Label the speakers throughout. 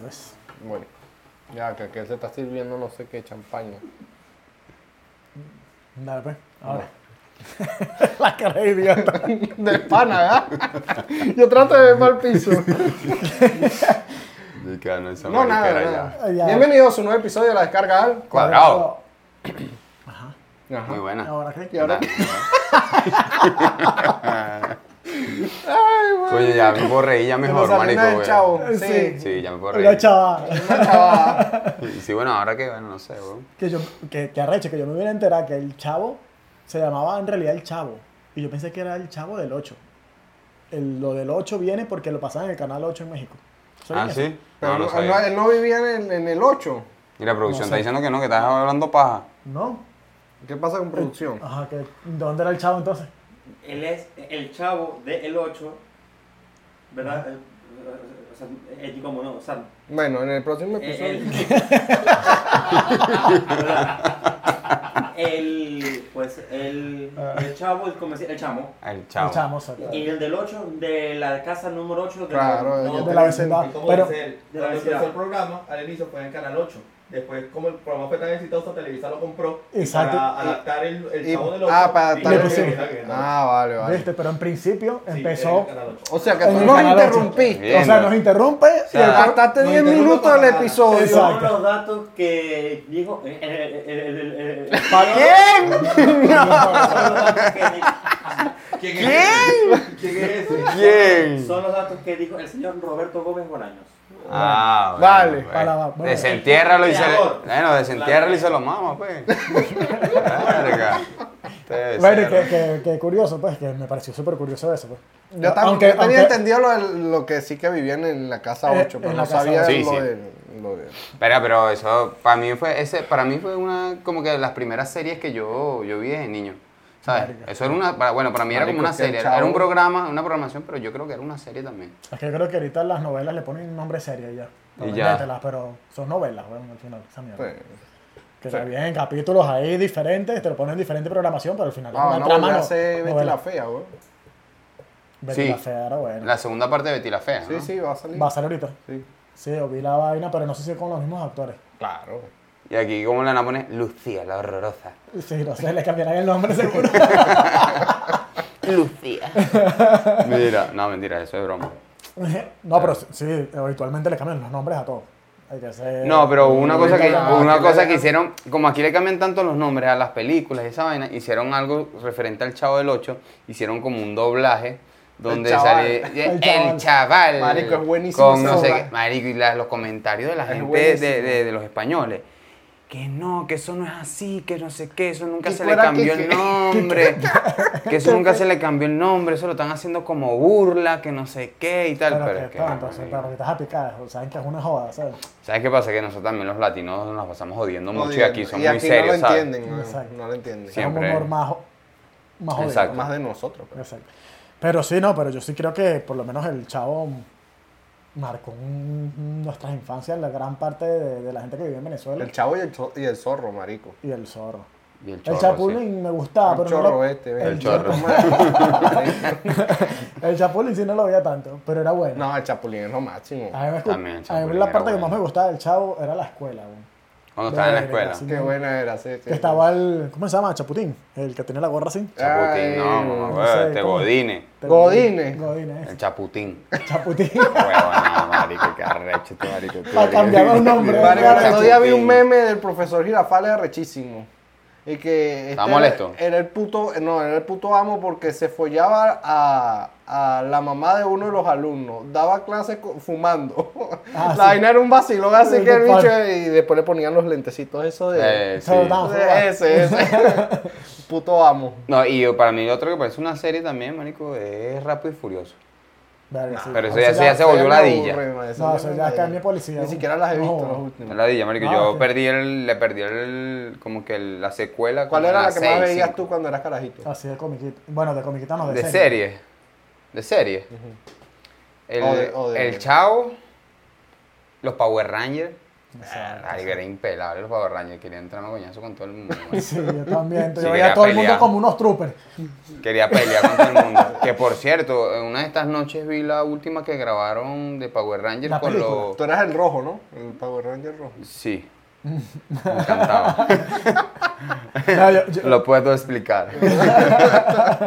Speaker 1: pues.
Speaker 2: güey. Ya, que aquel se está sirviendo no sé qué champaña.
Speaker 1: Dale, pues, ahora. la cara de idiota.
Speaker 2: De pana, ¿verdad? Yo trato de ver mal piso.
Speaker 3: Y que no esa
Speaker 2: No, nada,
Speaker 3: mariquera
Speaker 2: nada.
Speaker 1: ya.
Speaker 2: Bienvenidos a un nuevo episodio de La Descarga Al.
Speaker 3: ya. Cuadrado.
Speaker 2: Ajá.
Speaker 3: Muy buena.
Speaker 1: Ahora qué.
Speaker 2: Y ahora,
Speaker 3: Nada. Oye, ya me borré y ya
Speaker 2: Te nos
Speaker 3: mejor,
Speaker 2: arruina
Speaker 3: marico,
Speaker 2: el
Speaker 3: güey.
Speaker 2: chavo.
Speaker 1: Eh,
Speaker 2: Sí.
Speaker 1: sí.
Speaker 3: Sí, ya me borré.
Speaker 1: Hola, chaval.
Speaker 2: Una chavada.
Speaker 3: Y sí, bueno, ahora que, bueno, no sé, güey.
Speaker 1: Que yo, que, que arrecho, que yo me hubiera enterado que el chavo se llamaba en realidad el chavo. Y yo pensé que era el chavo del 8. El- lo del 8 viene porque lo pasaban en el canal 8 en México. ¿Sabían
Speaker 3: Ah,
Speaker 1: eso?
Speaker 3: sí.
Speaker 2: Pero
Speaker 3: No, no
Speaker 2: no- él, no,
Speaker 3: sabía.
Speaker 2: él no vivía en el, en el 8.
Speaker 3: Y la producción
Speaker 1: No
Speaker 3: está
Speaker 1: sé.
Speaker 3: diciendo que no, que estás hablando paja.
Speaker 1: No.
Speaker 2: ¿Qué pasa con producción?
Speaker 1: Ajá, que ¿dónde era el chavo entonces?
Speaker 4: Él es el chavo de El 8, ¿verdad? Eh, eh, O sea, eh, como no, o sea,
Speaker 2: Bueno, en el próximo
Speaker 4: eh,
Speaker 2: episodio.
Speaker 4: el, el, pues el,
Speaker 1: Ah.
Speaker 4: el chavo, el, comerci- el chamo,
Speaker 3: El chavo.
Speaker 1: El chavo, exacto.
Speaker 4: y el del 8 de la casa número 8 de
Speaker 2: Claro,
Speaker 4: no,
Speaker 2: yo
Speaker 1: de la vecindad.
Speaker 5: Y como
Speaker 1: Pero-
Speaker 5: dice
Speaker 4: De
Speaker 5: él,
Speaker 4: la
Speaker 5: cuando
Speaker 4: vecindad.
Speaker 5: empezó el programa, al inicio fue en Canal 8. Después, como el programa fue tan exitoso, Televisa lo compró
Speaker 1: Exacto.
Speaker 5: para adaptar el, el
Speaker 2: Y-
Speaker 5: chavo del
Speaker 2: ah,
Speaker 5: Ocho,
Speaker 2: para
Speaker 5: y
Speaker 2: adaptar
Speaker 1: el-
Speaker 5: le
Speaker 1: Sí.
Speaker 5: pusieron-
Speaker 2: Ah, vale, vale.
Speaker 1: ¿Viste? Pero en principio
Speaker 5: Sí,
Speaker 1: Ah, empezó.
Speaker 5: en Canal Ocho.
Speaker 2: O sea, que
Speaker 1: En
Speaker 2: tú
Speaker 1: el
Speaker 2: nos
Speaker 1: canal ocho.
Speaker 2: interrumpiste.
Speaker 3: Bien.
Speaker 1: o sea, nos interrumpe
Speaker 3: sea,
Speaker 1: y el pro-
Speaker 2: Gastaste
Speaker 5: Nos
Speaker 2: 10
Speaker 5: interrumpe
Speaker 2: minutos
Speaker 5: para
Speaker 2: del
Speaker 5: nada.
Speaker 2: episodio.
Speaker 1: Exacto.
Speaker 4: Todos los datos que dijo eh, el, el, el, el, el, el- el-
Speaker 2: ¿Para quién?
Speaker 4: son eh, los datos que dijo-
Speaker 5: ¿Quién es? ¿Quién es ese?
Speaker 3: ¿Quién?
Speaker 4: son los datos que dijo el señor Roberto Gómez Bolaños.
Speaker 3: Ah,
Speaker 2: Vale.
Speaker 3: bueno, pues.
Speaker 1: Para la- bueno.
Speaker 3: Desentiérralo y se le.
Speaker 5: Creador.
Speaker 3: Bueno, desentiérralo y se lo mama, pues. Verga. Ustedes
Speaker 1: Bueno, y
Speaker 3: cerdos.
Speaker 1: que, que, que curioso, pues, que me pareció súper curioso eso, pues.
Speaker 2: Yo, tam- yo tenía entendido lo, del- lo que sí que vivían en la casa
Speaker 1: Eh,
Speaker 2: 8, pero
Speaker 1: en
Speaker 2: no
Speaker 1: la casa
Speaker 2: sabía
Speaker 3: ocho. Sí,
Speaker 2: lo,
Speaker 3: sí.
Speaker 2: del- lo de.
Speaker 3: Verga, pero eso para mí fue ese para mí fue una como que de las primeras series que yo yo vi desde niño. ¿Sabes? Eso era una para- bueno, para mí era como
Speaker 2: Marico,
Speaker 3: una
Speaker 2: es que el
Speaker 3: serie, era, era un
Speaker 2: chavo-
Speaker 3: programa, una programación, pero yo creo que era una serie también.
Speaker 1: Es que yo creo que ahorita las novelas le ponen nombre serio ya. Para
Speaker 3: Y ya.
Speaker 1: vendértelas, Pero son novelas, weón, al final, esa mierda.
Speaker 2: pues,
Speaker 1: Que se vienen capítulos ahí diferentes, te lo ponen en diferente programación, pero al final es
Speaker 2: ah,
Speaker 1: una
Speaker 2: no,
Speaker 1: trama
Speaker 2: volver a
Speaker 1: no-
Speaker 2: hacer Betty
Speaker 1: novela.
Speaker 2: la Fea, güey.
Speaker 1: Betty
Speaker 3: Sí.
Speaker 1: la Fea era buena.
Speaker 3: La segunda parte de Betty la fea,
Speaker 2: Sí,
Speaker 3: ¿no?
Speaker 2: sí, va a salir.
Speaker 1: Ah. Va a salir ahorita.
Speaker 2: Sí,
Speaker 1: Sí, yo vi la vaina, pero no sé si con los mismos actores.
Speaker 2: claro.
Speaker 3: Y aquí como la pones Lucía la horrorosa.
Speaker 1: Sí, no sé, le cambiarán el nombre seguro.
Speaker 3: Lucía. Mira, no, mentira, eso es broma.
Speaker 1: no, pero sí, sí, habitualmente le cambian los nombres a todos. Hay que ser...
Speaker 2: Eh,
Speaker 3: No, pero una cosa que
Speaker 2: Ah,
Speaker 3: una
Speaker 2: aquí le
Speaker 3: cosa que
Speaker 2: dejan-
Speaker 3: hicieron, como aquí le cambian tanto los nombres a las películas y esa vaina, hicieron algo referente al Chavo del 8, hicieron como un doblaje donde
Speaker 2: El chaval.
Speaker 3: sale
Speaker 1: El
Speaker 3: el,
Speaker 1: chaval.
Speaker 3: chaval.
Speaker 2: Marico, es buenísimo
Speaker 3: Con
Speaker 2: ese
Speaker 3: no sé
Speaker 2: doblaje.
Speaker 3: qué- marico, y la- los comentarios de la
Speaker 2: Es
Speaker 3: gente
Speaker 2: buenísimo.
Speaker 3: de, de- de los españoles. Que no, que eso no es así, que no sé qué, eso nunca
Speaker 2: Que
Speaker 3: se le
Speaker 2: fuera
Speaker 3: cambió
Speaker 2: que-
Speaker 3: el nombre, que eso nunca se le cambió el nombre, eso lo están haciendo como burla, que no sé qué y tal.
Speaker 1: Pero,
Speaker 3: Pero,
Speaker 1: que,
Speaker 3: es que,
Speaker 1: tanto, o sea,
Speaker 3: marico.
Speaker 1: pero que estás a picar, o sea, que es una joda, ¿sabes?
Speaker 3: ¿Sabes qué pasa? Que nosotros también los latinos nos pasamos jodiendo mucho y aquí son
Speaker 2: Y
Speaker 3: muy
Speaker 2: aquí
Speaker 3: serios,
Speaker 2: no lo
Speaker 3: ¿sabes?
Speaker 2: entienden, güey,
Speaker 1: Exacto.
Speaker 2: No lo entienden.
Speaker 3: Sí. Siempre.
Speaker 1: Es un humor más, jo- más jodido.
Speaker 3: Exacto.
Speaker 2: Más de nosotros. pero-
Speaker 1: Exacto. Pero sí, no, pero yo sí creo que por lo menos el chavo marcó un- nuestras infancias, la gran parte de, de la gente que vive en Venezuela.
Speaker 2: El chavo y el, zo- y el zorro, marico.
Speaker 1: y el zorro.
Speaker 3: Y el
Speaker 1: El
Speaker 3: chorro,
Speaker 1: chapulín
Speaker 3: sí.
Speaker 1: me gustaba,
Speaker 2: el
Speaker 1: Ah, pero
Speaker 2: chorro
Speaker 1: no lo,
Speaker 2: este, ven.
Speaker 1: el
Speaker 3: chorro. eh.
Speaker 1: el chapulín sí no lo veía tanto, pero era bueno.
Speaker 2: no, el chapulín es lo máximo.
Speaker 1: A mí, me, a
Speaker 3: También el
Speaker 1: mí
Speaker 3: chapulín
Speaker 1: la
Speaker 3: era
Speaker 1: parte que
Speaker 3: bueno.
Speaker 1: más me gustaba del chavo era la escuela, güey.
Speaker 3: Cuando estaba en la
Speaker 1: Verga,
Speaker 3: escuela.
Speaker 1: sí.
Speaker 2: Qué buena era, sí. sí.
Speaker 1: Que estaba el, ¿cómo se llama? Chaputín, el que tenía la gorra así.
Speaker 3: Chaputín,
Speaker 2: Ay,
Speaker 3: no, mamá,
Speaker 1: no
Speaker 3: huevo,
Speaker 1: sé,
Speaker 3: este
Speaker 1: ¿cómo?
Speaker 3: godine.
Speaker 2: Godine.
Speaker 1: Godine,
Speaker 3: El chaputín.
Speaker 1: ese. Chaputín.
Speaker 3: Huevo, no, marico, qué arrecho este marico. este
Speaker 1: Para
Speaker 3: marico.
Speaker 1: cambiar los nombres.
Speaker 2: Marico, el otro día vi
Speaker 3: Chaputín.
Speaker 2: un meme del profesor Girafales rechísimo. Y que
Speaker 3: ¿Está
Speaker 2: este
Speaker 3: molesto?
Speaker 2: Era, era el puto, no, era el puto amo porque se follaba a, a la mamá de uno de los alumnos. Daba clases co- fumando.
Speaker 1: Ah,
Speaker 2: la
Speaker 1: sí.
Speaker 2: vaina era un vacilón así
Speaker 1: Sí,
Speaker 2: que el
Speaker 1: compadre.
Speaker 2: bicho y después le ponían los lentecitos eso de,
Speaker 3: Eh, sí.
Speaker 1: Pero no.
Speaker 2: de ese, ese. puto amo.
Speaker 3: No, y yo- para mí otro que parece una serie también, marico, es Rápido y Furioso.
Speaker 1: Verga, sí.
Speaker 3: pero eso
Speaker 1: Ahora
Speaker 3: ya
Speaker 1: sí
Speaker 3: se hace- volvió
Speaker 2: me
Speaker 3: ladilla.
Speaker 2: aburre, man, esa
Speaker 1: No,
Speaker 2: me
Speaker 1: eso ya
Speaker 2: ladilla.
Speaker 1: cambia policía,
Speaker 2: Ni
Speaker 1: ¿no?
Speaker 2: siempre las he visto,
Speaker 1: No.
Speaker 2: los últimos.
Speaker 3: La dilla, marico,
Speaker 1: Ah,
Speaker 3: yo
Speaker 1: sí.
Speaker 3: perdí el, le perdí el, como que el- la secuela.
Speaker 2: ¿Cuál
Speaker 3: como
Speaker 2: era
Speaker 3: en
Speaker 2: la que más
Speaker 3: seis,
Speaker 2: veías
Speaker 3: cinco.
Speaker 2: tú cuando eras carajito?
Speaker 1: Así de comiquita. Bueno, de comiquita no, de,
Speaker 3: De serie. De serie. El,
Speaker 2: O de- o de-
Speaker 3: el Chavo. Los Power Rangers.
Speaker 1: Exacto.
Speaker 3: Ay, que era impelable los Power Rangers, quería entrar a coñazo con todo el mundo.
Speaker 1: Sí, yo también.
Speaker 3: Sí,
Speaker 1: Yo veía a
Speaker 3: era
Speaker 1: todo el mundo
Speaker 3: pelea.
Speaker 1: como unos troopers.
Speaker 3: Quería pelear con todo el mundo. Que por cierto, en una de estas noches vi la última que grabaron de Power Rangers
Speaker 1: La
Speaker 3: con
Speaker 1: película.
Speaker 3: los.
Speaker 2: Tú eras el rojo, ¿no? El Power Ranger rojo.
Speaker 3: Sí. Me encantaba.
Speaker 1: No, yo- yo-
Speaker 3: Lo puedo explicar.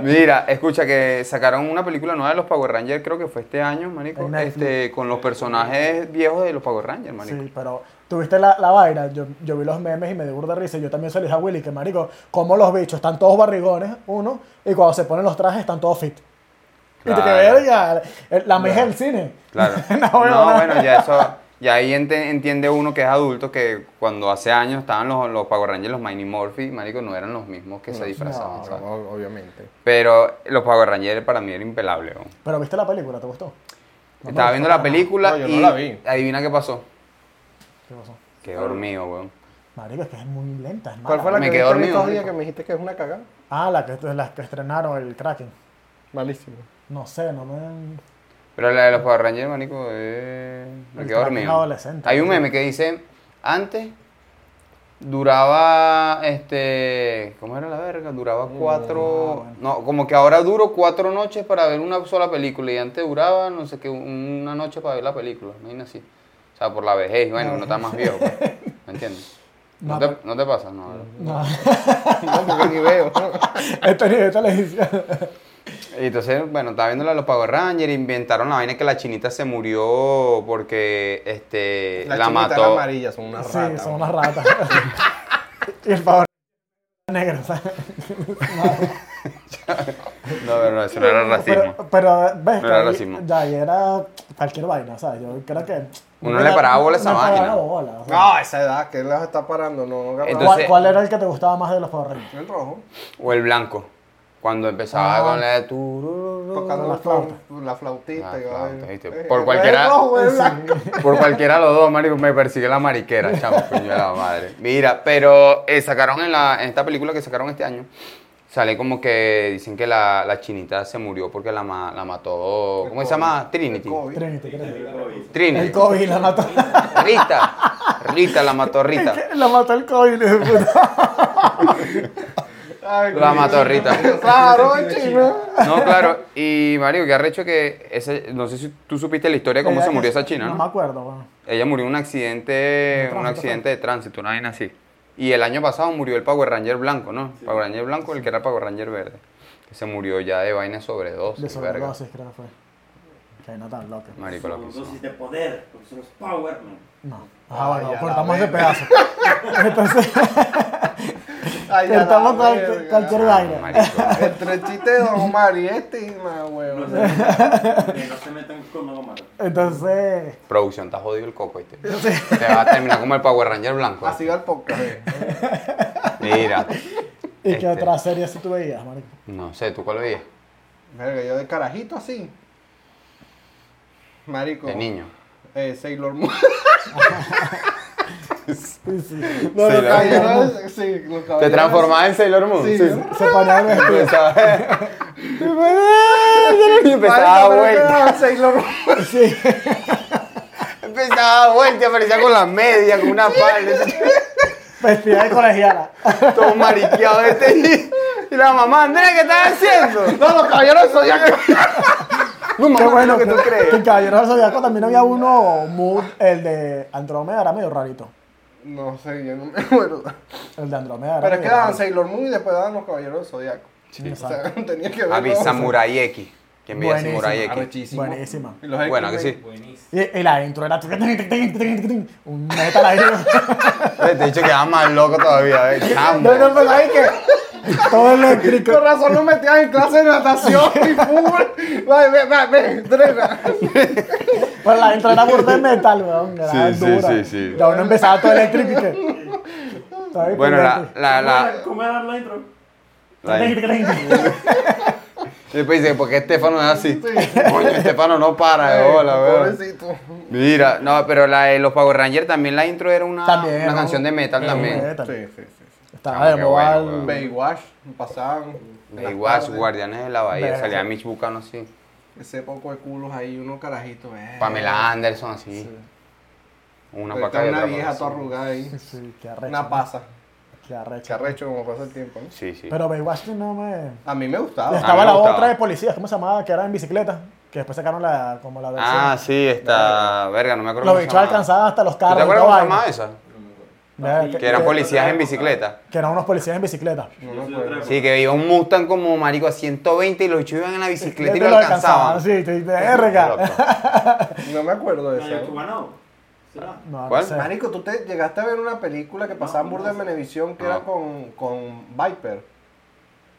Speaker 3: Mira, escucha que sacaron una película nueva de los Power Rangers, creo que fue este año,
Speaker 1: En
Speaker 3: manico.
Speaker 1: Netflix.
Speaker 3: Este, con los personajes viejos de los Power Rangers, manico.
Speaker 1: Sí, pero tuviste la, la vaina. Yo, yo vi los memes y me dio burda risa. Yo también se lo dije a Willy que, marico, como los bichos están todos barrigones, uno, y cuando se ponen los trajes están todos fit. Y te
Speaker 3: Claro.
Speaker 1: quedé, verga, el- la meja
Speaker 3: Claro.
Speaker 1: del cine.
Speaker 3: Claro.
Speaker 1: Una
Speaker 3: no,
Speaker 1: huevona.
Speaker 3: bueno, ya eso. Ya ahí ente- entiende uno que es adulto que cuando hace años estaban los, los Power Rangers, los Mighty Morphy, marico, no eran los mismos que se disfrazaban.
Speaker 2: No,
Speaker 3: ¿sabes?
Speaker 2: no, obviamente.
Speaker 3: Pero los Power Rangers para mí era impelable. weón.
Speaker 1: Pero viste la película, ¿te gustó?
Speaker 3: Estaba viendo la película
Speaker 2: No, yo no
Speaker 3: y
Speaker 2: la vi. Ah.
Speaker 3: adivina qué pasó.
Speaker 1: ¿Qué pasó?
Speaker 3: Que dormido, weón.
Speaker 1: Marico, es que es muy lenta, es
Speaker 2: ¿Cuál
Speaker 1: mala.
Speaker 2: fue la
Speaker 3: Me
Speaker 2: que
Speaker 3: quedé
Speaker 2: viste en
Speaker 3: dormido,
Speaker 2: estos días
Speaker 3: marico.
Speaker 2: que me dijiste que es una cagada?
Speaker 1: Ah, la que, la que estrenaron, el Kraken.
Speaker 2: Malísimo.
Speaker 1: No sé, no me...
Speaker 3: Pero la de los Power Rangers, marico, eh, me
Speaker 1: El
Speaker 3: quedé
Speaker 1: traje
Speaker 3: dormido.
Speaker 1: adolescente.
Speaker 3: Hay un meme que dice, antes duraba, este, ¿cómo era la verga? Duraba
Speaker 1: ah,
Speaker 3: cuatro, no, como que ahora duro cuatro noches para ver una sola película y antes duraba, no sé qué, una noche para ver la película, no hay así. O sea, por la vejez, bueno, uno está más viejo, pues, ¿me entiendes? No,
Speaker 1: No,
Speaker 3: te,
Speaker 1: pero-
Speaker 3: no te pasa, no.
Speaker 1: No,
Speaker 2: No, porque ni veo.
Speaker 1: esto ni de televisión.
Speaker 3: Y entonces, bueno, estaba viendo la de los Power Rangers, inventaron la vaina que la chinita se murió porque este la,
Speaker 2: Las chinitas
Speaker 3: mató.
Speaker 2: amarillas son unas
Speaker 1: Sí,
Speaker 2: ratas.
Speaker 1: son unas ratas. y el favor negro, ¿sabes?
Speaker 3: No, no, no, eso no era racismo.
Speaker 1: Pero, pero, ves
Speaker 3: No
Speaker 1: que
Speaker 3: era
Speaker 1: ahí-
Speaker 3: racismo.
Speaker 1: ya ahí era cualquier vaina, ¿sabes? Yo creo que.
Speaker 3: Uno le paraba bola a esa
Speaker 1: no le
Speaker 3: vaina.
Speaker 1: paraba bola, o sea.
Speaker 2: No, esa edad, que las está parando, no, no agarra-
Speaker 1: ¿Cuál-
Speaker 3: Entonces-
Speaker 1: ¿Cuál era el que te gustaba más de los Power Rangers?
Speaker 2: el rojo,
Speaker 3: O el blanco. Cuando empezaba
Speaker 1: Ah.
Speaker 3: con la de turururu.
Speaker 2: tocando
Speaker 1: la
Speaker 2: la, flau- la flautita.
Speaker 3: Ah,
Speaker 2: y va a ver.
Speaker 3: flauta, ¿viste?
Speaker 2: Eh,
Speaker 3: Por
Speaker 2: eh,
Speaker 3: cualquiera-
Speaker 2: el rojo, el blanco.
Speaker 3: Por cualquiera de los dos, marico, me persigue la mariquera, chamo, coño de la madre. Mira, pero eh, sacaron en, la, en esta película que sacaron este año, sale como que dicen que la, la chinita se murió porque la, ma- la mató, ¿cómo se llama? Trinity.
Speaker 2: El COVID.
Speaker 1: Trinity, creo. El
Speaker 3: Trinity.
Speaker 1: COVID la mató.
Speaker 3: Rita. Rita, la mató Rita.
Speaker 1: la mató el COVID. hijo de puta.
Speaker 2: Ay,
Speaker 3: La mató Rita.
Speaker 2: Claro, en China.
Speaker 3: No, claro. Y, marico, qué arrecho que ese, no sé si tú supiste la historia de cómo
Speaker 1: Ella
Speaker 3: se
Speaker 1: que-
Speaker 3: murió esa china,
Speaker 1: No
Speaker 3: ¿no?
Speaker 1: me acuerdo, bueno.
Speaker 3: Ella murió en un accidente, un
Speaker 1: tránsito,
Speaker 3: accidente de tránsito, una vaina así. Y el año pasado murió el Power Ranger blanco, ¿no? Power Ranger blanco, el que era el Power Ranger verde. Que se murió ya de vaina sobredosis,
Speaker 1: De
Speaker 3: verga.
Speaker 1: sobredosis, creo que fue. Que no tan loca.
Speaker 3: Marico, lo que hizo.
Speaker 4: dosis de poder, porque son los Power Man.
Speaker 1: No. Ah, bueno,
Speaker 2: Ay, a la
Speaker 1: cortamos ese
Speaker 2: verga.
Speaker 1: pedazo. Entonces,
Speaker 2: Ay, ya la
Speaker 1: cortamos cual-
Speaker 2: verga.
Speaker 1: cualquier
Speaker 3: Ah,
Speaker 1: vaina.
Speaker 3: marico.
Speaker 2: Entre el chiste de Don Omar y este, una
Speaker 4: No
Speaker 2: huevona.
Speaker 4: se
Speaker 3: Pues
Speaker 4: metan, eh, no se metan con Don Omar.
Speaker 1: Entonces,
Speaker 3: Producción, está jodido el coco, este. Te va a terminar como el Power Ranger blanco.
Speaker 1: Ah,
Speaker 2: Así va el podcast. eh.
Speaker 3: Mira.
Speaker 1: ¿y qué
Speaker 3: Este.
Speaker 1: otra serie si tú veías, marico?
Speaker 3: No sé, ¿tú cuál veías?
Speaker 2: Verga, yo de carajito así. Marico.
Speaker 3: De niño.
Speaker 2: Eh, Sailor Moon.
Speaker 1: Sí, sí.
Speaker 2: No,
Speaker 3: Sailor
Speaker 2: los
Speaker 1: Moon.
Speaker 2: caballeros. Sí, los caballeros.
Speaker 3: ¿Te transformabas en Sailor Moon?
Speaker 2: Sí.
Speaker 3: sí.
Speaker 1: Se ponía el vestido.
Speaker 3: Y empezaba a dar
Speaker 2: Marico, pero
Speaker 3: vuelta.
Speaker 2: era Sailor Moon.
Speaker 1: Sí.
Speaker 3: Empezaba a dar vuelta y aparecía con la media, con una palma.
Speaker 1: Vestida de colegiala.
Speaker 3: Todo mariqueado este. Y, y la mamá, Andrea, ¿qué estás haciendo? No, los caballeros soy No, mamá,
Speaker 1: Qué bueno
Speaker 3: que tú crees.
Speaker 1: Que el Caballero del Zodiaco también había uno, mood, el de Andrómeda era medio rarito.
Speaker 2: No sé, yo no me acuerdo.
Speaker 1: El de Andrómeda era
Speaker 2: Pero es que
Speaker 1: medio
Speaker 2: daban
Speaker 1: rarito.
Speaker 2: Sailor Moon y después daban los caballeros del Zodíaco. O
Speaker 1: Exacto.
Speaker 2: sea, tenía que ver.
Speaker 3: Avi
Speaker 2: todo.
Speaker 3: Samurai X. ¿Quién veía
Speaker 1: Buenísimo,
Speaker 3: Samurai X?
Speaker 2: Arrechísimo.
Speaker 1: Buenísima.
Speaker 2: Y los
Speaker 3: Bueno, que
Speaker 2: X-Men.
Speaker 3: sí.
Speaker 5: Buenísimo.
Speaker 1: Y, y la intro era tuc, tuc, tuc, tuc, tuc, tuc, un metal ahí.
Speaker 3: Te he dicho que va más loco todavía. eh, chamo.
Speaker 1: No, no, pero ahí que todo eléctrico.
Speaker 2: Con razón lo metían en clase de natación y fútbol. Vale, ve, ve, ve, entrena.
Speaker 1: Pero la intro era burda de metal, weón. Era
Speaker 3: Sí, sí,
Speaker 1: dura.
Speaker 3: sí, sí.
Speaker 1: Ya uno empezaba todo eléctrico y que. Todo ahí
Speaker 3: Bueno, la,
Speaker 1: picante.
Speaker 3: la, la,
Speaker 4: ¿Cómo era la intro?
Speaker 3: la-
Speaker 1: Tuc, tuc, tuc, tuc.
Speaker 3: Después dice, ¿por qué Estefano es así?
Speaker 2: Sí.
Speaker 3: Coño, Estefano no para de bola, weón.
Speaker 2: Pobrecito.
Speaker 3: Mira, no, pero la de los Power Rangers también la intro era una,
Speaker 1: También
Speaker 3: una
Speaker 1: era un-
Speaker 3: canción de metal también.
Speaker 1: Metal.
Speaker 2: Sí, sí, sí.
Speaker 1: Estaba
Speaker 3: Chamo,
Speaker 1: de
Speaker 3: qué
Speaker 1: moda
Speaker 3: bueno,
Speaker 1: el-
Speaker 3: weón.
Speaker 2: Baywatch, pasaban.
Speaker 3: Baywatch,
Speaker 2: Las tardes.
Speaker 3: Guardianes de la Bahía,
Speaker 1: Verga.
Speaker 3: salía Mitch Buchanan así.
Speaker 2: Ese poco de culos ahí, unos carajitos. eh.
Speaker 3: Pamela Anderson así.
Speaker 2: Una,
Speaker 3: Una para acá y
Speaker 2: una
Speaker 3: otra para
Speaker 2: vieja
Speaker 3: acá.
Speaker 2: toda arrugada ahí.
Speaker 1: Sí, qué arrecho.
Speaker 2: Una
Speaker 1: ¿no?
Speaker 2: pasa.
Speaker 1: Qué arrecho.
Speaker 2: Qué arrecho como pasa el tiempo. ¿no?
Speaker 3: Sí, sí.
Speaker 1: Pero Baywatch no me...
Speaker 2: A mí me gustaba.
Speaker 3: Ah,
Speaker 1: Estaba
Speaker 3: me
Speaker 1: la
Speaker 3: gustaba.
Speaker 1: otra de policías, ¿cómo se llamaba? Que era en bicicleta. Que después sacaron la, como la versión.
Speaker 3: ah, sí, está. Verga, no me acuerdo.
Speaker 1: Los
Speaker 3: cómo se
Speaker 1: bichos
Speaker 3: llamaba.
Speaker 1: alcanzaban hasta los
Speaker 3: ¿Tú
Speaker 1: carros.
Speaker 3: ¿Te
Speaker 1: y
Speaker 3: acuerdas cómo
Speaker 1: toda
Speaker 3: se llamaba
Speaker 1: vaina.
Speaker 3: esa?
Speaker 1: Verga,
Speaker 4: Sí,
Speaker 3: Que eran
Speaker 4: Yo soy de
Speaker 3: policías en
Speaker 4: otra época.
Speaker 3: bicicleta.
Speaker 1: que eran unos policías en bicicleta.
Speaker 2: No
Speaker 4: Yo
Speaker 2: me
Speaker 4: soy
Speaker 2: acuerdo.
Speaker 4: otra
Speaker 3: Sí, que iba un Mustang como marico a 120 y los bichos iban en la bicicleta y lo
Speaker 1: Los
Speaker 3: alcanzaban.
Speaker 1: Sí, te- verga.
Speaker 3: Loco.
Speaker 2: No me acuerdo de
Speaker 4: La de
Speaker 2: eso. ¿no?
Speaker 4: Cubanao. ¿Será?
Speaker 1: No,
Speaker 3: ¿Cuál?
Speaker 1: no sé.
Speaker 2: Marico, tú te llegaste a ver una película que pasaba en
Speaker 4: no
Speaker 2: Burda en
Speaker 4: sé.
Speaker 2: Venevisión que
Speaker 3: No.
Speaker 2: era con, con Viper,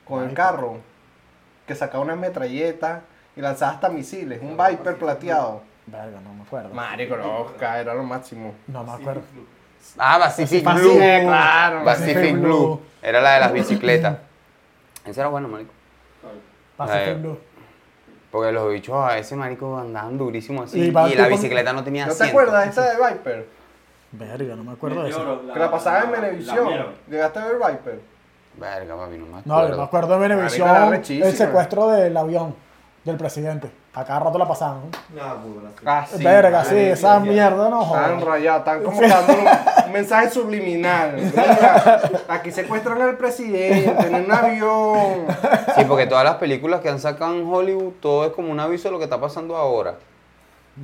Speaker 2: con el
Speaker 1: Viper.
Speaker 2: carro, que sacaba una metralleta y lanzaba hasta misiles, un Viper plateado.
Speaker 1: Verga, no me acuerdo.
Speaker 2: Marico, no, Oscar, era lo máximo.
Speaker 1: No me acuerdo.
Speaker 3: Ah, Pacific
Speaker 1: Pacific
Speaker 3: Blue.
Speaker 1: Blue.
Speaker 2: Sí, claro.
Speaker 3: Pacific
Speaker 1: Pacific
Speaker 3: Blue.
Speaker 1: Blue.
Speaker 3: Era la de las bicicletas. Esa era buena, marico.
Speaker 1: Pacific
Speaker 3: Eh,
Speaker 1: Blue.
Speaker 3: Porque los bichos a ese marico andaban durísimo así.
Speaker 1: Y
Speaker 3: Y,
Speaker 1: va-
Speaker 3: la
Speaker 1: tú con-
Speaker 3: bicicleta no tenía
Speaker 2: ¿No te
Speaker 3: asiento.
Speaker 2: acuerdas de esta de Viper?
Speaker 1: Verga, no me acuerdo de eso.
Speaker 4: Meteoro,
Speaker 2: que la pasaba en
Speaker 4: la- la
Speaker 2: Venevisión.
Speaker 4: vieron.
Speaker 2: ¿Llegaste a ver Viper?
Speaker 3: Verga, papi, no me acuerdo.
Speaker 1: No, yo me acuerdo de
Speaker 2: Marica, era
Speaker 1: Venevisión.
Speaker 2: rechísima.
Speaker 1: El secuestro del avión del presidente. A cada rato la pasaban. ¿no?
Speaker 5: No, muy buena. serie.
Speaker 2: Ah,
Speaker 1: Verga, sí,
Speaker 2: marico.
Speaker 1: esa mierda no
Speaker 2: Están
Speaker 1: jodas.
Speaker 2: rayados, están como dando un mensaje subliminal. Mira, aquí secuestran al presidente en un avión.
Speaker 3: Sí, porque todas las películas que han sacado en Hollywood, todo es como un aviso de lo que está pasando ahora.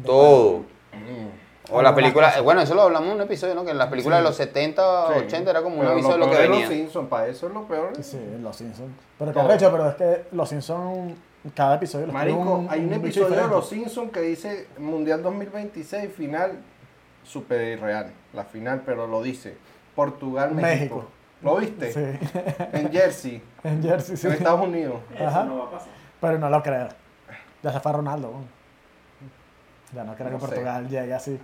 Speaker 3: Todo. Mm. O la película, eh, bueno, eso lo hablamos en un episodio, ¿no? Que en las películas de los 70,
Speaker 2: Sí.
Speaker 3: 80 era como un
Speaker 2: Pero
Speaker 3: aviso de lo que
Speaker 2: peor Los
Speaker 3: venía.
Speaker 2: Simpsons, para eso es lo peor.
Speaker 1: Sí, los Simpsons. Pero qué
Speaker 2: Todo.
Speaker 1: arrecho, pero es que los Simpsons, cada episodio. los tiene
Speaker 2: Marico, hay un
Speaker 1: bicho
Speaker 2: episodio de
Speaker 1: diferente.
Speaker 2: Los Simpsons que dice Mundial 2026, final super irreal. La final, pero lo dice. Portugal, México.
Speaker 1: México.
Speaker 2: ¿Lo viste?
Speaker 1: Sí,
Speaker 2: En Jersey,
Speaker 1: en Jersey, sí.
Speaker 2: en Estados Unidos.
Speaker 4: Eso
Speaker 1: Ajá.
Speaker 4: no va a pasar.
Speaker 1: Pero no lo creo. Ya se fue Ronaldo. weón. Ya no creo
Speaker 2: No
Speaker 1: que
Speaker 2: sé.
Speaker 1: Portugal llegue así.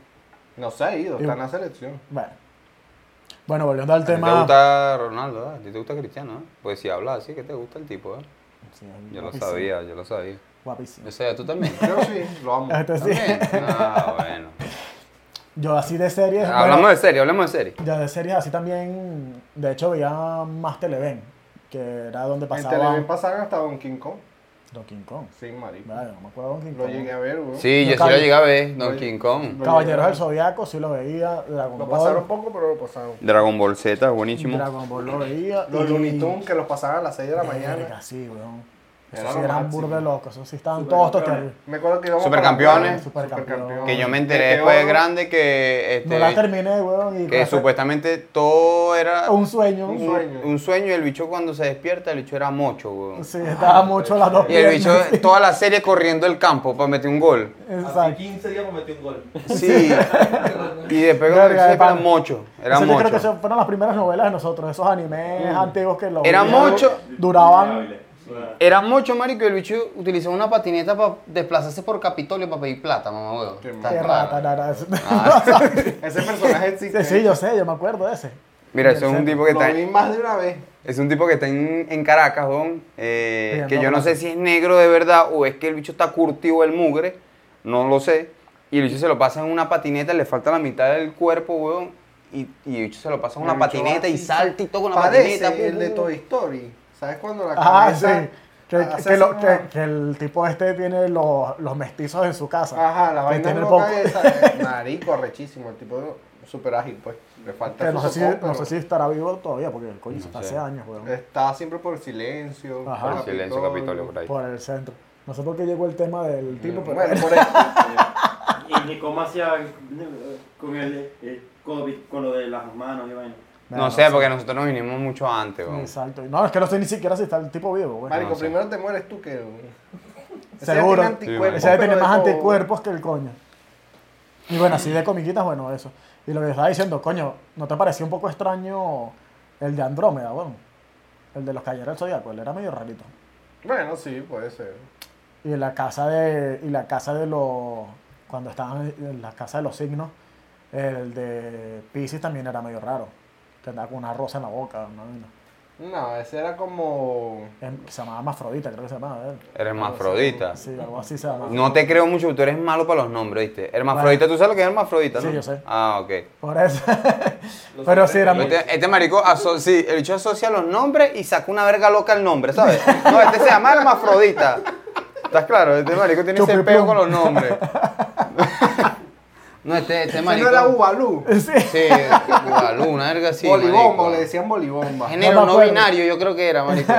Speaker 2: No se ha ido, está en la selección.
Speaker 1: Bueno. Bueno, volviendo al
Speaker 3: ¿A ti te
Speaker 1: tema.
Speaker 3: gusta Ronaldo? ¿eh? ¿A ti te gusta Cristiano? eh? Pues si habla así, que te gusta el tipo, ¿eh?
Speaker 1: Sí,
Speaker 3: Yo lo
Speaker 1: guapísimo,
Speaker 3: sabía, yo lo sabía.
Speaker 1: Guapísimo.
Speaker 3: Yo sabía, tú también.
Speaker 2: Yo sí, lo amo.
Speaker 1: Este sí.
Speaker 3: ¿También? Ah, bueno.
Speaker 1: Yo así de series.
Speaker 3: Hablamos de serie, hablamos de serie.
Speaker 1: Ya de series así también. De hecho, veía más Televen, que era donde
Speaker 2: En
Speaker 1: pasaba
Speaker 2: Televen pasaron hasta Don King Kong.
Speaker 1: Don King Kong.
Speaker 2: Sí, marico.
Speaker 1: Vale, no me acuerdo de Don King
Speaker 2: Lo
Speaker 1: Kong.
Speaker 2: llegué a ver, güey.
Speaker 1: No,
Speaker 3: Sí, yo sí lo
Speaker 1: Carlos.
Speaker 3: llegué a ver, Don
Speaker 2: Oye.
Speaker 3: King Kong.
Speaker 1: Caballeros del Zodiaco sí lo veía. Dragon
Speaker 2: Lo
Speaker 1: Ball.
Speaker 2: pasaron poco, pero lo pasaron.
Speaker 3: Dragon Ball Z, buenísimo.
Speaker 1: Dragon Ball lo veía.
Speaker 2: Los
Speaker 1: y-
Speaker 2: Looney Tunes que los pasaban a las 6 de la mañana.
Speaker 1: Verga, sí, weón.
Speaker 2: Era
Speaker 1: Esos sí
Speaker 2: lo
Speaker 1: eran
Speaker 2: máximo.
Speaker 1: burde locos. Esos sí estaban
Speaker 4: Super
Speaker 1: todos
Speaker 4: campeones.
Speaker 1: toqueros.
Speaker 2: Me acuerdo que íbamos para
Speaker 3: Supercampeones.
Speaker 2: la playa.
Speaker 1: Supercampeones.
Speaker 3: Que yo me
Speaker 2: Me
Speaker 3: enteré
Speaker 2: quedó-
Speaker 3: después de grande que
Speaker 1: No la
Speaker 3: este
Speaker 1: terminé, weón. Y
Speaker 3: que supuestamente todo era
Speaker 1: Un sueño.
Speaker 2: Un
Speaker 3: un
Speaker 2: sueño.
Speaker 3: un sueño y el bicho cuando se despierta, el bicho era mocho, weón.
Speaker 1: Sí,
Speaker 2: Ah,
Speaker 1: estaba mucho las dos
Speaker 3: Y el bicho
Speaker 1: piernas.
Speaker 3: toda la serie corriendo el campo para meter un gol.
Speaker 5: Hace
Speaker 1: Exacto.
Speaker 5: 15 días me metí un gol.
Speaker 3: Sí. y después
Speaker 1: Verga, de
Speaker 3: cuando se despierta, era
Speaker 1: pana.
Speaker 3: mocho, era
Speaker 1: Eso yo creo que
Speaker 3: mocho.
Speaker 1: esas fueron las primeras novelas de nosotros, esos animes
Speaker 2: Mm.
Speaker 1: antiguos que los
Speaker 3: Era
Speaker 1: veíamos,
Speaker 3: mocho.
Speaker 1: duraban.
Speaker 3: Era mocho, marico, y el bicho utilizaba una patineta para desplazarse por Capitolio para pedir plata, mamá, weón.
Speaker 2: Qué
Speaker 3: Está
Speaker 1: Qué
Speaker 3: raro.
Speaker 1: rata, nada. eso-
Speaker 2: Ah. Ese personaje existe.
Speaker 1: Sí, sí, yo sé, yo me acuerdo de ese.
Speaker 3: Mira, eso es un tipo que
Speaker 2: lo
Speaker 3: está
Speaker 2: vi más de una vez.
Speaker 3: Es un tipo que está en, en Caracas, weón, eh,
Speaker 1: Bien,
Speaker 3: que
Speaker 1: no,
Speaker 3: yo no sé
Speaker 1: gracias.
Speaker 3: si es negro de verdad o es que el bicho está curtido el mugre, no lo sé. Y el bicho se lo pasa en una patineta, le falta la mitad del cuerpo, weón. Y, y el bicho se lo pasa en una
Speaker 2: El bicho
Speaker 3: patineta
Speaker 2: va
Speaker 3: y
Speaker 2: así,
Speaker 3: salta y todo con la
Speaker 2: Parece
Speaker 3: patineta. pum,
Speaker 2: el de
Speaker 3: pum.
Speaker 2: Toy Story. ¿Sabes cuando la
Speaker 1: Ah, sí.
Speaker 2: cabeza
Speaker 1: Que,
Speaker 2: hace
Speaker 1: que lo-
Speaker 2: así
Speaker 1: que-
Speaker 2: una-
Speaker 1: que el tipo este tiene los, los mestizos en su casa.
Speaker 2: Ajá, la
Speaker 1: Que
Speaker 2: vaina
Speaker 1: tiene
Speaker 2: en
Speaker 1: el
Speaker 2: loca
Speaker 1: poco-
Speaker 2: esa. eh, Marico, rechísimo. El tipo super ágil, pues. Le falta
Speaker 1: que no, sé
Speaker 2: su
Speaker 1: si,
Speaker 2: socón,
Speaker 1: no
Speaker 2: pero
Speaker 1: sé si estará vivo todavía, porque el coño
Speaker 3: No
Speaker 1: se fue
Speaker 3: sé.
Speaker 1: hace años, weón.
Speaker 2: Está siempre por el silencio.
Speaker 1: Ajá.
Speaker 2: por
Speaker 3: Por el silencio, Capitolio, por ahí.
Speaker 1: Por el centro. No sé por qué llegó el tema
Speaker 2: Mm,
Speaker 1: del tipo, pero
Speaker 2: Bueno, por eso.
Speaker 4: Y ni cómo hacía eh, con el eh, COVID, con lo de las manos y vaina.
Speaker 3: No, sé, porque nosotros nos vinimos mucho antes, weón.
Speaker 1: Exacto. No, es que no sé ni siquiera si está el tipo vivo, weón.
Speaker 2: Marico,
Speaker 3: No sé.
Speaker 2: primero te mueres tú que. Ese ya
Speaker 1: Seguro.
Speaker 2: tiene anticuerpos,
Speaker 1: Ese debe
Speaker 2: pero
Speaker 1: tener
Speaker 2: de
Speaker 1: más
Speaker 2: todo.
Speaker 1: anticuerpos que el coño. Y bueno, así de comiquitas, bueno, eso. Y lo que estaba diciendo, coño, ¿no te pareció un poco extraño el de Andrómeda, weón? El de los Caballeros del Zodiaco, él era medio rarito.
Speaker 2: Bueno, sí, puede ser.
Speaker 1: Y la casa de. Y la casa de los. Cuando estaban en la casa de los signos, el de Pisces también era medio raro. Que andaba con una rosa en la boca, ¿no?
Speaker 2: No, ese era como.
Speaker 1: Em, Se llamaba Mafrodita, creo que se llamaba. ¿eh?
Speaker 3: Eres mafrodita.
Speaker 1: Sí, algo así se llamaba.
Speaker 3: No te creo mucho, tú eres malo para los nombres, ¿viste? Hermafrodita, ¿tú sabes lo que es hermafrodita,
Speaker 1: Sí,
Speaker 3: no?
Speaker 1: yo sé.
Speaker 3: Ah, ok.
Speaker 1: Por eso. Pero sí, era muy.
Speaker 3: Este, este marico, aso- sí, el bicho asocia los nombres y saca una verga loca el nombre, ¿sabes? No, este se llama hermafrodita. ¿Estás claro? Este marico tiene ese
Speaker 1: Chupiplum.
Speaker 3: peo con los nombres. No, este, este
Speaker 2: Ese
Speaker 3: maricón.
Speaker 2: no era Ubalú.
Speaker 3: Sí, Ubalú, una verga así.
Speaker 2: Bolibombo,
Speaker 3: marico.
Speaker 2: le decían bolibomba.
Speaker 3: Género no,
Speaker 1: No me acuerdo.
Speaker 3: binario, yo creo que era, marico.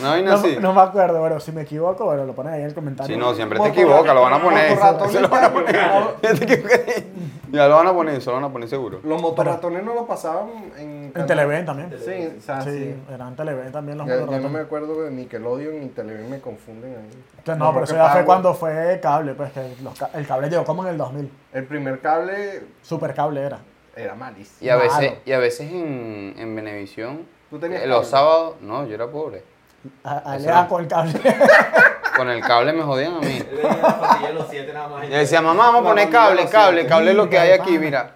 Speaker 3: No vaina
Speaker 1: No,
Speaker 3: así.
Speaker 1: no me acuerdo, bueno, si me equivoco, bueno, lo pones ahí en el comentario.
Speaker 3: Si no, siempre te
Speaker 2: Motorra-
Speaker 3: equivocas, lo van a poner.
Speaker 2: motorratón
Speaker 3: eso- eso lo
Speaker 2: este
Speaker 3: van a
Speaker 2: año,
Speaker 3: poner.
Speaker 2: claro.
Speaker 3: Ya te equivoqué. Ya lo van a poner, eso lo van a poner seguro.
Speaker 2: Los motorratones no lo pasaban en...
Speaker 1: En Televen también. Sí,
Speaker 2: Sí, o sea, Ah, sí.
Speaker 1: eran Televen también los
Speaker 2: Ya, ya no
Speaker 1: motorratones.
Speaker 2: me acuerdo de Nickelodeon ni Televen me confunden ahí.
Speaker 1: Entonces, no, pero
Speaker 2: Yo creo
Speaker 1: eso
Speaker 2: que
Speaker 1: ya fue
Speaker 2: Power-
Speaker 1: cuando fue cable, pues que los ca- el cable llegó como en el 2000.
Speaker 2: El primer cable
Speaker 1: Super cable era.
Speaker 2: era malísimo.
Speaker 3: Y a
Speaker 1: Claro.
Speaker 3: veces, y a veces en, en Venevisión,
Speaker 2: ¿Tú tenías
Speaker 3: eh, los
Speaker 2: cable?
Speaker 3: sábados, no, yo era pobre.
Speaker 1: A, a él le
Speaker 3: Eso era.
Speaker 1: da con el cable.
Speaker 3: Con el cable me jodían a mí.
Speaker 5: Él venía a partir de los 7 nada más.
Speaker 3: Y yo decía, mamá, vamos a poner cable, cable, cable es lo que hay aquí, mira.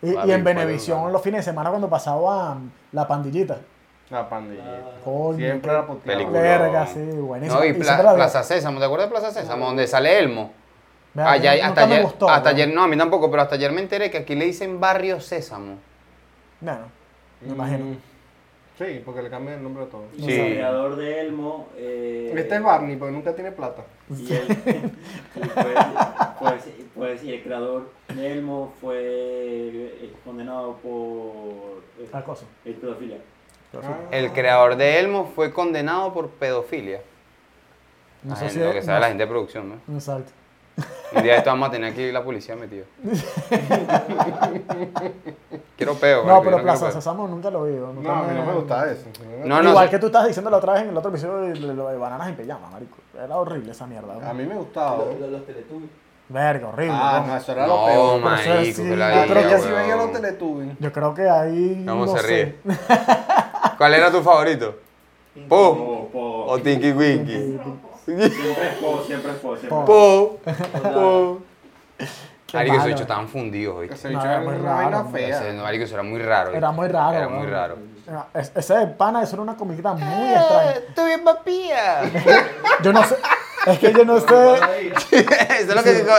Speaker 1: Y,
Speaker 3: Papi,
Speaker 1: y en
Speaker 3: fue
Speaker 1: Venevisión
Speaker 3: brutal.
Speaker 1: los fines de semana cuando pasaba mm, la pandillita.
Speaker 2: La pandilla.
Speaker 1: Coño,
Speaker 2: Siempre
Speaker 1: qué
Speaker 2: era puteado.
Speaker 3: Película.
Speaker 1: Verga, sí, buenísimo.
Speaker 3: No, y
Speaker 1: Y
Speaker 3: Pla-
Speaker 1: siempre la vi.
Speaker 3: Plaza Sésamo, ¿te acuerdas de Plaza Sésamo? Donde sale Elmo.
Speaker 1: Verga,
Speaker 3: Allá-
Speaker 1: nunca
Speaker 3: hasta
Speaker 1: me
Speaker 3: ayer,
Speaker 1: gustó,
Speaker 3: hasta
Speaker 1: ¿no?
Speaker 3: ayer, no, a mí tampoco, pero hasta ayer me enteré que aquí le dicen Barrio Sésamo.
Speaker 1: No, no, me imagino.
Speaker 2: Mm. Sí, porque le cambian el nombre a todo.
Speaker 4: Y
Speaker 3: Sí.
Speaker 4: El creador de Elmo. eh,
Speaker 2: Este es Barney, porque nunca tiene plata.
Speaker 4: Y el, y pues, pues, pues, y el creador de Elmo fue eh, condenado por eh,
Speaker 1: Acoso.
Speaker 4: eh, pedofilia.
Speaker 2: Ah. Eh,
Speaker 3: El creador de Elmo fue condenado por pedofilia.
Speaker 1: No
Speaker 3: La
Speaker 1: sé
Speaker 3: gente-
Speaker 1: si
Speaker 3: lo
Speaker 1: es-
Speaker 3: que sabe la gente de producción, ¿no?
Speaker 1: no- Exacto.
Speaker 3: Un día de esto vamos a tener aquí la policía metida. quiero peo, marico,
Speaker 1: No,
Speaker 3: yo
Speaker 1: pero
Speaker 3: quiero
Speaker 1: Plaza
Speaker 3: peo.
Speaker 1: Sésamo nunca lo vi. Nunca
Speaker 2: No, a mí no me gustaba eso.
Speaker 3: No, no,
Speaker 1: Igual
Speaker 3: sí.
Speaker 1: que tú estás diciendo la otra vez en el otro episodio de, de lo de Bananas en Pijama, marico. Era horrible esa mierda.
Speaker 2: A
Speaker 1: ¿no?
Speaker 2: mí me gustaba.
Speaker 5: Los,
Speaker 2: ¿no?
Speaker 5: los, los Teletubbies.
Speaker 1: Verga, horrible.
Speaker 2: Ah,
Speaker 1: ¿no?
Speaker 2: no, eso era lo
Speaker 3: No,
Speaker 2: peor.
Speaker 1: pero eso es
Speaker 3: marico,
Speaker 1: así.
Speaker 3: que la
Speaker 2: Yo creo que
Speaker 3: vida,
Speaker 2: así veía los
Speaker 3: weón.
Speaker 2: Teletubbies.
Speaker 1: Yo creo que ahí.
Speaker 3: Vamos,
Speaker 1: no
Speaker 3: se ríe.
Speaker 1: sé.
Speaker 3: ¿Cuál era tu favorito? Po
Speaker 4: Po, po.
Speaker 3: o Tinky Winky.
Speaker 4: Siempre es po, siempre es po, siempre
Speaker 1: Po.
Speaker 4: es po.
Speaker 3: Po.
Speaker 5: Hola.
Speaker 3: Po.
Speaker 1: Qué
Speaker 3: Marico, esos
Speaker 1: malo.
Speaker 3: bichos estaban fundidos hoy.
Speaker 2: Que
Speaker 3: Ese,
Speaker 2: se
Speaker 1: No,
Speaker 2: dicho
Speaker 1: era
Speaker 2: era
Speaker 1: muy
Speaker 2: una
Speaker 1: raro,
Speaker 2: vaina
Speaker 1: hombre.
Speaker 2: fea.
Speaker 3: marico, eso era muy raro. ¿viste?
Speaker 1: Era muy raro,
Speaker 3: Era muy
Speaker 1: weón.
Speaker 3: raro.
Speaker 1: Ah, es- Ese de pana eso era una comiquita muy extraña.
Speaker 3: ¡Tuve papilla!
Speaker 1: Yo no sé. Es que yo no sé.
Speaker 3: eso, es lo que, eso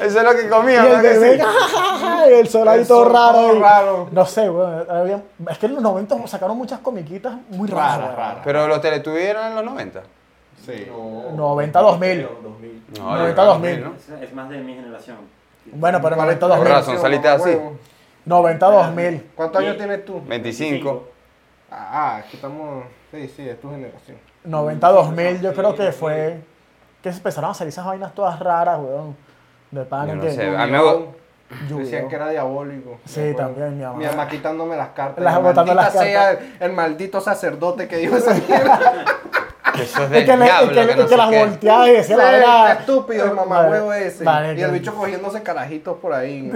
Speaker 3: es lo que
Speaker 1: Y
Speaker 3: comía,
Speaker 1: el
Speaker 3: ¿verdad que
Speaker 1: bebé,
Speaker 3: sí?
Speaker 1: ¡ah! el sol ahí
Speaker 2: El
Speaker 1: todo
Speaker 2: sol
Speaker 1: raro.
Speaker 2: todo
Speaker 1: ahí.
Speaker 2: raro.
Speaker 1: No sé, weón. había- Es que en los 90 sacaron muchas comiquitas muy raras.
Speaker 2: Raras,
Speaker 1: weón.
Speaker 2: raras.
Speaker 3: Pero los Teletubbies eran en los 90.
Speaker 2: Sí.
Speaker 5: No.
Speaker 1: 90, 2000.
Speaker 5: 2000.
Speaker 3: No,
Speaker 1: 90,
Speaker 3: yo-
Speaker 1: 2000,
Speaker 3: ¿no?
Speaker 4: Es- Es más de mi generación.
Speaker 1: Bueno, pero
Speaker 2: ¿Cuál es tu
Speaker 1: 90, 2000.
Speaker 3: Por razón, saliste así.
Speaker 2: huevo?
Speaker 1: 90, 2000.
Speaker 2: ¿Cuántos años
Speaker 4: Sí.
Speaker 2: tienes tú?
Speaker 3: 25.
Speaker 2: Ah, es que estamos. Sí, sí, es tu generación.
Speaker 1: 90, 2000, yo creo que fue. Que se empezaron a salir esas vainas todas raras, weón. De pana
Speaker 3: Yo no
Speaker 1: que.
Speaker 3: sé, A mí me gu-
Speaker 1: Yu-Gi-Oh.
Speaker 2: Decían que era diabólico.
Speaker 1: Sí,
Speaker 2: Me acuerdo.
Speaker 1: también, mi mamá.
Speaker 2: Mi mamá quitándome las cartas.
Speaker 1: Las-
Speaker 2: El
Speaker 1: botando
Speaker 2: maldita
Speaker 1: las cartas.
Speaker 2: sea el- El maldito sacerdote que dijo esa mierda.
Speaker 3: Eso es
Speaker 1: Y
Speaker 3: del
Speaker 1: que, le- y
Speaker 3: diablo,
Speaker 1: que le-
Speaker 3: que no
Speaker 1: y
Speaker 3: sé
Speaker 1: que las
Speaker 3: qué.
Speaker 1: volteaba y decía la
Speaker 2: Sí,
Speaker 1: vaina.
Speaker 2: qué estúpido el mamá huevo
Speaker 1: Vale,
Speaker 2: ese.
Speaker 1: vale,
Speaker 2: y el
Speaker 1: que-
Speaker 2: bicho cogiéndose carajitos por ahí.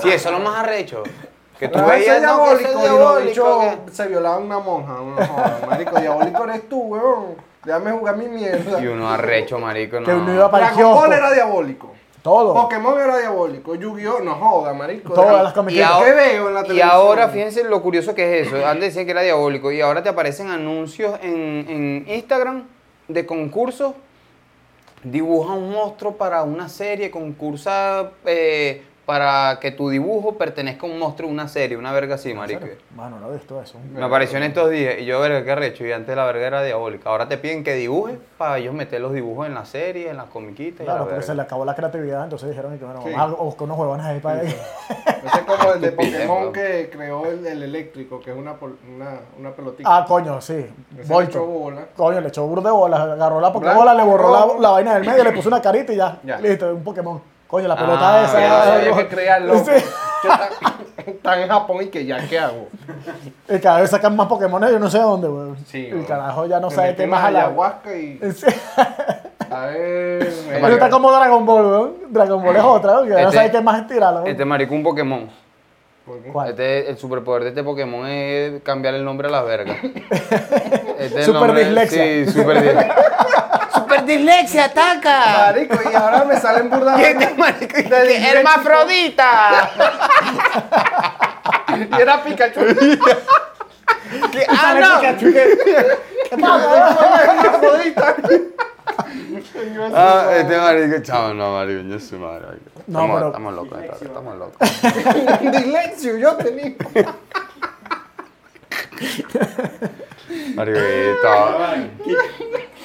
Speaker 3: Sí, eso es lo más arrecho. Que tú
Speaker 2: Ah, ese
Speaker 3: veías, no, que
Speaker 2: diabólico,
Speaker 3: ese es
Speaker 2: y los
Speaker 3: diabólico.
Speaker 2: bichos se violaba una monja. No, joder, marico, diabólico eres tú, weón. Déjame jugar mi mierda.
Speaker 3: que- Y uno arrecho, marico, no.
Speaker 1: Que uno iba para el
Speaker 2: Dragon
Speaker 1: kiosco.
Speaker 2: Ball era diabólico.
Speaker 1: Todo.
Speaker 2: Pokémon era diabólico. Yu-Gi-Oh! No joda, marico.
Speaker 1: Todas
Speaker 2: Déjame-
Speaker 1: las
Speaker 3: Y
Speaker 1: comiquitas.
Speaker 3: ahora,
Speaker 2: ¿Qué veo en la
Speaker 3: y
Speaker 2: televisión?
Speaker 3: ahora, fíjense lo curioso que es eso. Antes decían que era diabólico y ahora te aparecen anuncios en, en Instagram de concursos. Dibuja un monstruo para una serie, concursa eh, para que tu dibujo pertenezca a un monstruo, de una serie, una verga así, marico.
Speaker 1: Mano, no he visto eso.
Speaker 3: Me apareció en estos días y yo, verga, qué recho. Y antes la verga era diabólica. Ahora te piden que dibujes para ellos meter los dibujos en la serie, en las comiquitas. y la
Speaker 1: Claro, porque
Speaker 3: verga.
Speaker 1: se le acabó la creatividad, entonces dijeron que bueno,
Speaker 2: Sí.
Speaker 1: vamos a buscar unos huevones ahí para
Speaker 2: Ese es como el de
Speaker 3: Estupidez,
Speaker 2: Pokémon
Speaker 3: weón.
Speaker 2: que creó el, el eléctrico, que es una, pol- una, una pelotita.
Speaker 1: Ah, coño, sí.
Speaker 2: Ese bicho
Speaker 1: Volto.
Speaker 2: bola.
Speaker 1: Coño, le echó bur de bolas, agarró la
Speaker 2: Blanco,
Speaker 1: Pokébola, le borró la,
Speaker 2: rojo.
Speaker 1: la vaina del medio, le puso una carita y ya.
Speaker 2: Ya.
Speaker 1: Listo, un Pokémon. Coño, la
Speaker 3: Ah,
Speaker 1: pelota esa.
Speaker 2: Yo no sabía
Speaker 3: ya.
Speaker 2: que crearlo.
Speaker 1: Sí.
Speaker 2: Yo tan, tan en Japón y que ya, ¿qué hago?
Speaker 1: Y cada vez sacan más Pokémon, yo no sé dónde, weón.
Speaker 2: Sí,
Speaker 1: el
Speaker 2: weón.
Speaker 1: carajo ya no
Speaker 2: Me
Speaker 1: sabe
Speaker 2: metí
Speaker 1: qué
Speaker 2: en
Speaker 1: más
Speaker 2: la
Speaker 1: hablar.
Speaker 2: ayahuasca y.
Speaker 1: Sí.
Speaker 2: A ver.
Speaker 1: Eso
Speaker 2: verga.
Speaker 1: está como Dragon Ball, weón. Dragon Ball es otra, weón. que ya no
Speaker 3: Este-
Speaker 1: sabe qué más tirarla,
Speaker 3: Este
Speaker 1: weón.
Speaker 3: marico, un Pokémon.
Speaker 2: ¿Por qué?
Speaker 1: ¿Cuál?
Speaker 3: Este, el superpoder de este Pokémon es cambiar el nombre a las vergas. Este es el
Speaker 1: Super
Speaker 3: nombre-
Speaker 1: dislexia.
Speaker 3: Sí, super dislexia. ¡Super dislexia, ataca!
Speaker 2: Marico, y ahora me salen burdas.
Speaker 3: Este marico?
Speaker 2: De disléxico.
Speaker 3: ¡Hermafrodita!
Speaker 2: Y era Pikachu.
Speaker 3: ¿Qué? ¡Ah, no!
Speaker 2: este Hermafrodita.
Speaker 3: Ah, este marico, chavo, no, marico, yo soy madre. marico.
Speaker 1: No,
Speaker 3: estamos,
Speaker 1: pero-
Speaker 3: estamos locos, esta vez, estamos locos.
Speaker 2: Dilexio, yo tenía.
Speaker 3: Marico, y estaba-